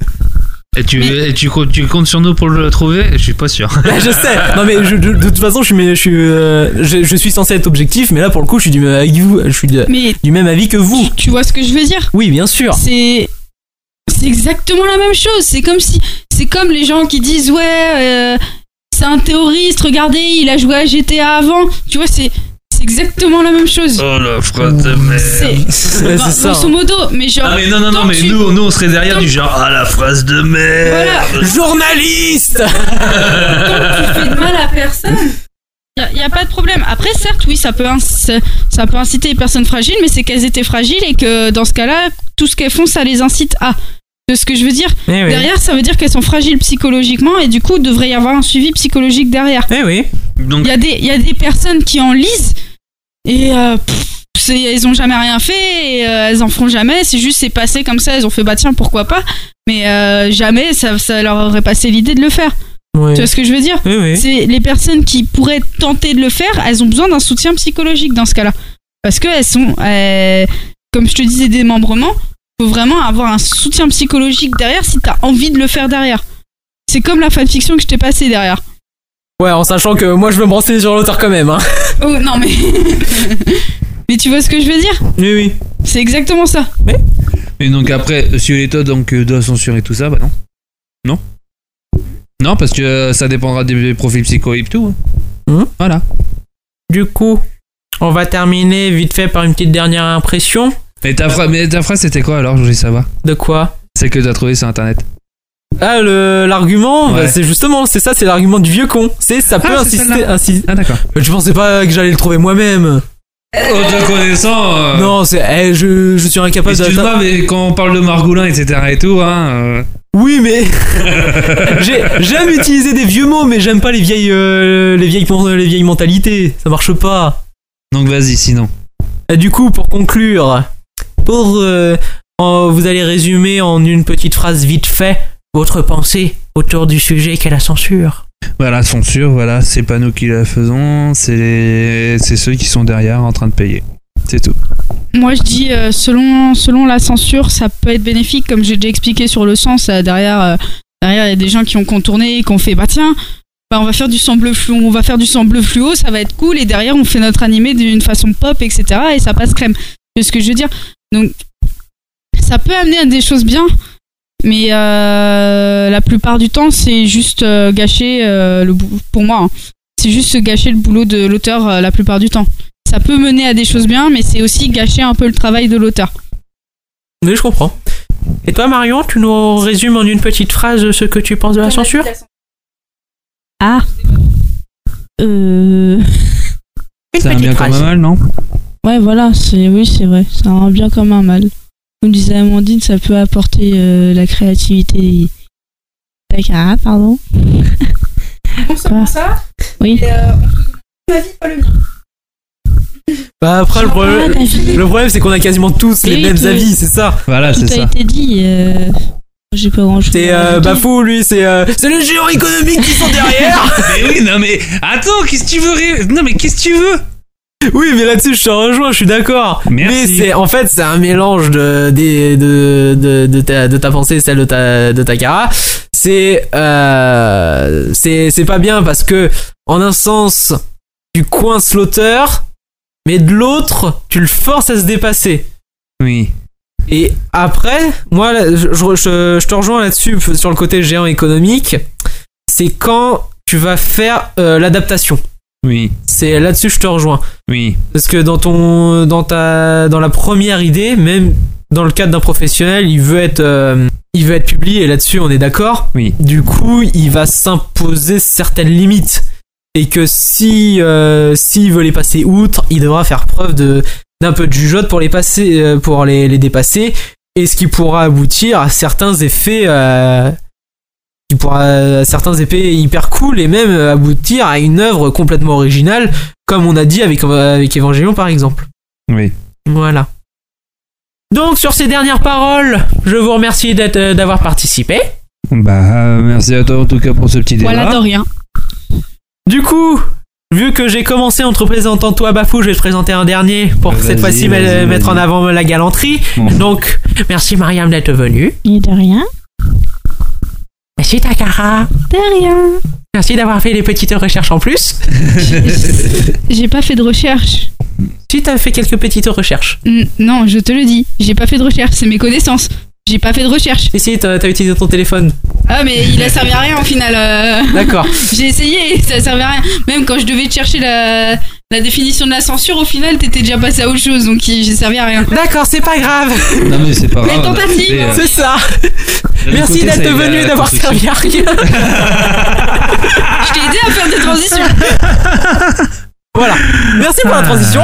Et, tu, Mais- et tu, comptes, tu comptes sur nous pour le trouver Je suis pas sûr. Là, je sais. Non, mais je- de, de toute façon, je suis, mais je, suis euh, je, je suis censé être objectif, mais là, pour le coup, je suis du même, avis que vous- je suis de- mais du même avis que vous. tu- tu vois ce que je veux dire Oui, bien sûr. C'est c'est exactement la même chose. C'est comme si c'est comme les gens qui disent ouais euh, c'est un terroriste. Regardez, il a joué à GTA avant. Tu vois, c'est c'est exactement la même chose. Oh la phrase de merde. C'est C'est bah, ça. grosso modo, mais genre hein. Ah mais non non non tant mais que tu- nous nous on serait derrière tant du genre ah la phrase de merde. Journaliste tant que tu fais de mal à personne. Il n'y a, pas de problème. Après, certes, oui, ça peut, inc- ça peut inciter les personnes fragiles, mais c'est qu'elles étaient fragiles et que dans ce cas-là, tout ce qu'elles font, ça les incite à. C'est ce que je veux dire. Eh oui. Derrière, ça veut dire qu'elles sont fragiles psychologiquement et du coup, devrait y avoir un suivi psychologique derrière. Eh oui. Donc Il y a des, il y a des personnes qui en lisent et euh, pff, c'est- elles ont jamais rien fait et euh, elles en feront jamais. C'est juste c'est passé comme ça. Elles ont fait bah tiens pourquoi pas, mais euh, jamais ça, ça leur aurait passé l'idée de le faire. Oui. Tu vois ce que je veux dire Oui, Eh oui. C'est les personnes qui pourraient tenter de le faire, elles ont besoin d'un soutien psychologique dans ce cas-là, parce que elles sont, euh, comme je te disais, démembrement. Faut vraiment avoir un soutien psychologique derrière si t'as envie de le faire derrière. C'est comme la fanfiction que je t'ai passée derrière. Ouais, en sachant que moi, je veux me renseigner sur l'auteur quand même. Hein. Oh non mais. mais tu vois ce que je veux dire Eh Oui, oui. C'est exactement ça. et donc après si l'État donc euh, doit censurer tout ça bah non non non parce que euh, ça dépendra des des profils psycho et tout. hein. Mhm. Voilà. Du coup, on va terminer vite fait par une petite dernière impression. Mais ta phrase mais ta phrase c'était quoi alors je voulais savoir. De quoi C'est que t'as trouvé sur internet. Ah, le- l'argument, bah, Ouais. c'est justement, c'est ça, c'est l'argument du vieux con. C'est ça peut c'est insister. celle-là. insi- Ah d'accord. Je pensais pas que j'allais le trouver moi-même. Oh te connaissant. euh, Non, c'est. eh, je, je suis incapable de. Excuse-moi mais quand on parle de Margoulin etc et tout hein. euh, Oui, mais J'ai- j'aime utiliser des vieux mots, mais j'aime pas les vieilles, euh, les vieilles, pen- les vieilles mentalités. Ça marche pas. Donc vas-y sinon. Et du coup, pour conclure, pour euh, en- vous allez résumer en une petite phrase vite fait votre pensée autour du sujet qu'est la censure. Voilà, censure, voilà, c'est pas nous qui la faisons, c'est les... c'est ceux qui sont derrière en train de payer. C'est tout. Moi je dis euh, selon selon la censure, ça peut être bénéfique comme j'ai déjà expliqué sur le sens euh, derrière euh, derrière il y a des gens qui ont contourné et qui ont fait bah tiens bah, on va faire du sang bleu fluo, on va faire du sang bleu fluo, ça va être cool et derrière on fait notre animé d'une façon pop etc et ça passe crème. C'est ce que je veux dire. Donc ça peut amener à des choses bien. Mais euh, la plupart du temps, c'est juste euh, gâcher euh, le bou- pour moi. hein. c'est juste se gâcher le boulot de l'auteur euh, la plupart du temps ça peut mener à des choses bien, mais c'est aussi gâcher un peu le travail de l'auteur. Mais je comprends. Et toi, Marion, tu nous résumes en une petite phrase ce que tu penses de la censure Ah Euh. Une C'est un bien comme un mal, non Ouais, voilà, c'est oui, c'est vrai. Ça rend bien comme un mal. Comme disait Amandine, ça peut apporter euh, la créativité. La cara, pardon. On se prend ça, euh, Oui. ma vie, pas le mien. Bah après, le Ah, problème, David, le problème c'est qu'on a quasiment tous les Oui, mêmes tous. avis, c'est ça. Voilà, tout ah, c'est a ça. été dit. euh, J'ai pas grand chose. C'est euh, Bafou, lui, c'est euh, c'est le géant économique qui sont derrière. mais oui, non mais attends, qu'est-ce que tu veux ré- Non mais qu'est-ce que tu veux oui, mais là-dessus, je te rejoins, je suis d'accord. Mais Merci. c'est en fait, c'est un mélange de des- de de, de ta, de ta pensée et celle de ta de ta cara. C'est euh, c'est c'est pas bien parce que en un sens, tu coinces l'auteur, mais de l'autre, tu le forces à se dépasser. Oui. Et après, moi, là, je, je- je- je te rejoins là-dessus sur le côté géant économique. c'est quand tu vas faire euh, l'adaptation. Oui, C'est là-dessus que je te rejoins. oui, Parce que dans ton, dans ta, dans la première idée, même dans le cadre d'un professionnel, il veut être, euh, il veut être publié et là-dessus on est d'accord. Oui. Du coup, il va s'imposer certaines limites et que si, euh, s'il veut les passer outre, il devra faire preuve de d'un peu de jugeote pour les passer, euh, pour les, les dépasser et ce qui pourra aboutir à certains effets. euh, qui pourra à certains effets hyper cool et même euh, aboutir à une œuvre complètement originale comme on a dit avec, euh, avec Evangelion par exemple. oui. Voilà. Donc sur ces dernières paroles, je vous remercie d'être, euh, d'avoir participé. Bah, euh, merci à toi en tout cas pour ce petit débat. Voilà, de rien. Du coup, vu que j'ai commencé en te présentant toi Bafou, je vais te présenter un dernier pour Vas-y, cette fois-ci vas-y, me- vas-y. mettre en avant la galanterie. Bon. Donc, merci Mariam d'être venue. Et de rien. Merci Takara. De rien. Merci d'avoir fait des petites recherches en plus. J'ai pas fait de recherche. Si t'as fait quelques petites recherches. Mm, Non, je te le dis. J'ai pas fait de recherche. C'est mes connaissances. J'ai pas fait de recherche. Si, si, t'as t'as utilisé ton téléphone. Ah, mais il a servi à rien au final. euh. D'accord. J'ai essayé, ça servait à rien. Même quand je devais chercher la, la définition de la censure, au final, t'étais déjà passé à autre chose, donc il- j'ai servi à rien. D'accord, c'est pas grave. Non mais c'est pas La grave. on a tentative, hein. fait, euh, C'est ça. Merci écoutez, ça a d'être aidé à venu et la d'avoir construction. servi à rien. Je t'ai aidé à faire des transitions. Voilà. Merci Ah pour la transition.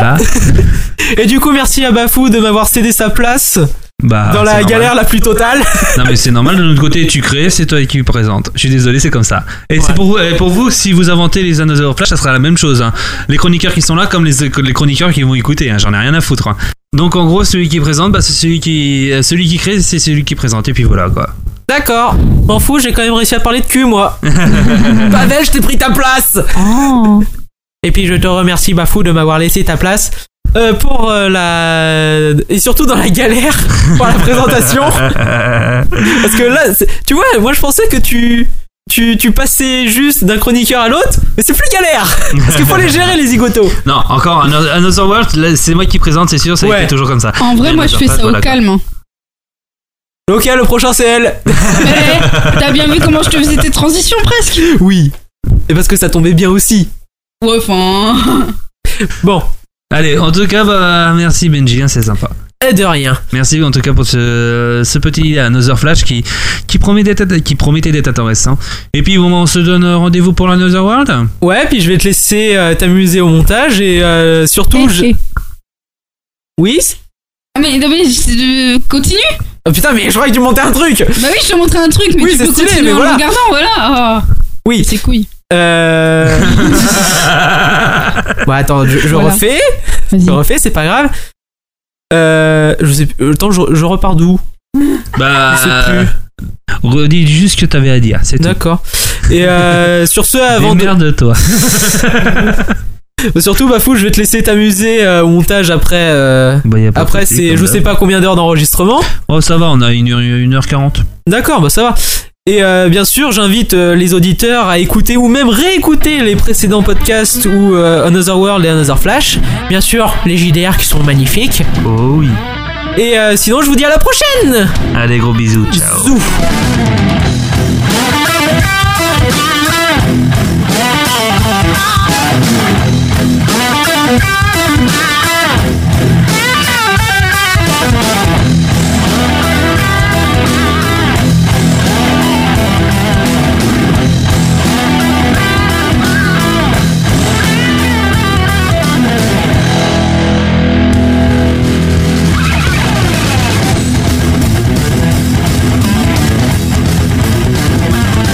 Et du coup, merci à Bafou de m'avoir cédé sa place Bah, dans c'est la normal. galère la plus totale. Non mais c'est normal, de notre côté tu crées, c'est toi qui présente. Je suis désolé, c'est comme ça. Et c'est pour vous, et pour vous, si vous inventez les Another Flash, ça sera la même chose. hein. Les chroniqueurs qui sont là comme les, les chroniqueurs qui vont écouter, hein, j'en ai rien à foutre. hein. Donc en gros, celui qui présente, bah, c'est celui qui, euh, celui qui crée, c'est celui qui présente. Et puis voilà quoi. D'accord. M'en fous, j'ai quand même réussi à parler de cul, moi. Pavel, je t'ai pris ta place. Oh. Et puis je te remercie, Bafou, de m'avoir laissé ta place. euh, pour euh, la. Et surtout dans la galère, pour la présentation. Parce que là, c'est- tu vois, moi je pensais que tu. Tu, tu passais juste d'un chroniqueur à l'autre, mais c'est plus galère! Parce qu'il faut les gérer, les zigotos! Non, encore Another Another World, là, c'est moi qui présente, c'est sûr, ça Ouais. a été toujours comme ça. En vrai, Et moi, les je fais ça voilà, au calme. hein. Ok, le prochain c'est elle! Mais t'as bien vu comment je te faisais tes transitions presque. Oui! Et parce que ça tombait bien aussi! Ouais, enfin. Bon, Allez, en tout cas, bah, merci Benji, hein, c'est sympa. et eh, de rien! Merci en tout cas pour ce, ce petit euh, Another Flash qui, qui, promet d'être- qui promettait d'être intéressant. hein. Et puis on se donne rendez-vous pour l'Another World Ouais, puis je vais te laisser euh, t'amuser au montage et euh, surtout. je- Ok. Oui Ah, mais non, mais je- je- continue. Oh putain, mais je croyais que tu montais un truc Bah oui, je te montrais un truc, mais Oui, tu c'est peux stylé, mais continuer en voilà. le regardant, Oh. voilà. Ah, Oui C'est couille. Euh. bon, attends, je, je Voilà. refais. Vas-y. Je refais, c'est pas grave. Euh. Je sais plus. Attends, je, je repars d'où Bah. Je sais Redis juste ce que t'avais à dire, c'est tout. D'accord. Et euh, sur ce, avant de. de toi. Surtout, Bafou, je vais te laisser t'amuser euh, au montage après. euh, Bah, y a pas de Après, souci, c'est comme je d'hab. sais pas combien d'heures d'enregistrement. Oh, ça va, on a 1h40. D'accord, bah ça va. Et euh, bien sûr, j'invite euh, les auditeurs à écouter ou même réécouter les précédents podcasts ou euh, Another World et Another Flash. Bien sûr, les JDR qui sont magnifiques. Oh oui. Et euh, sinon, je vous dis à la prochaine. Allez, gros bisous, ciao. Bisous. Thank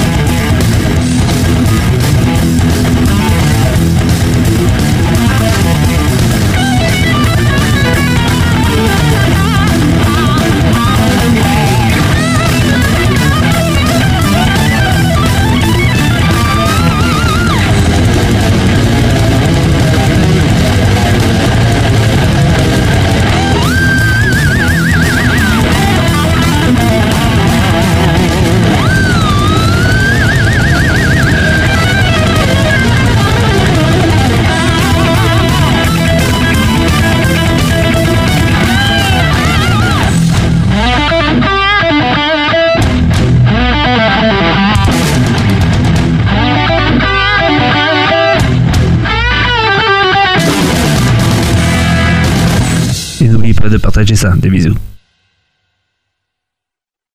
partagez ça. Des bisous.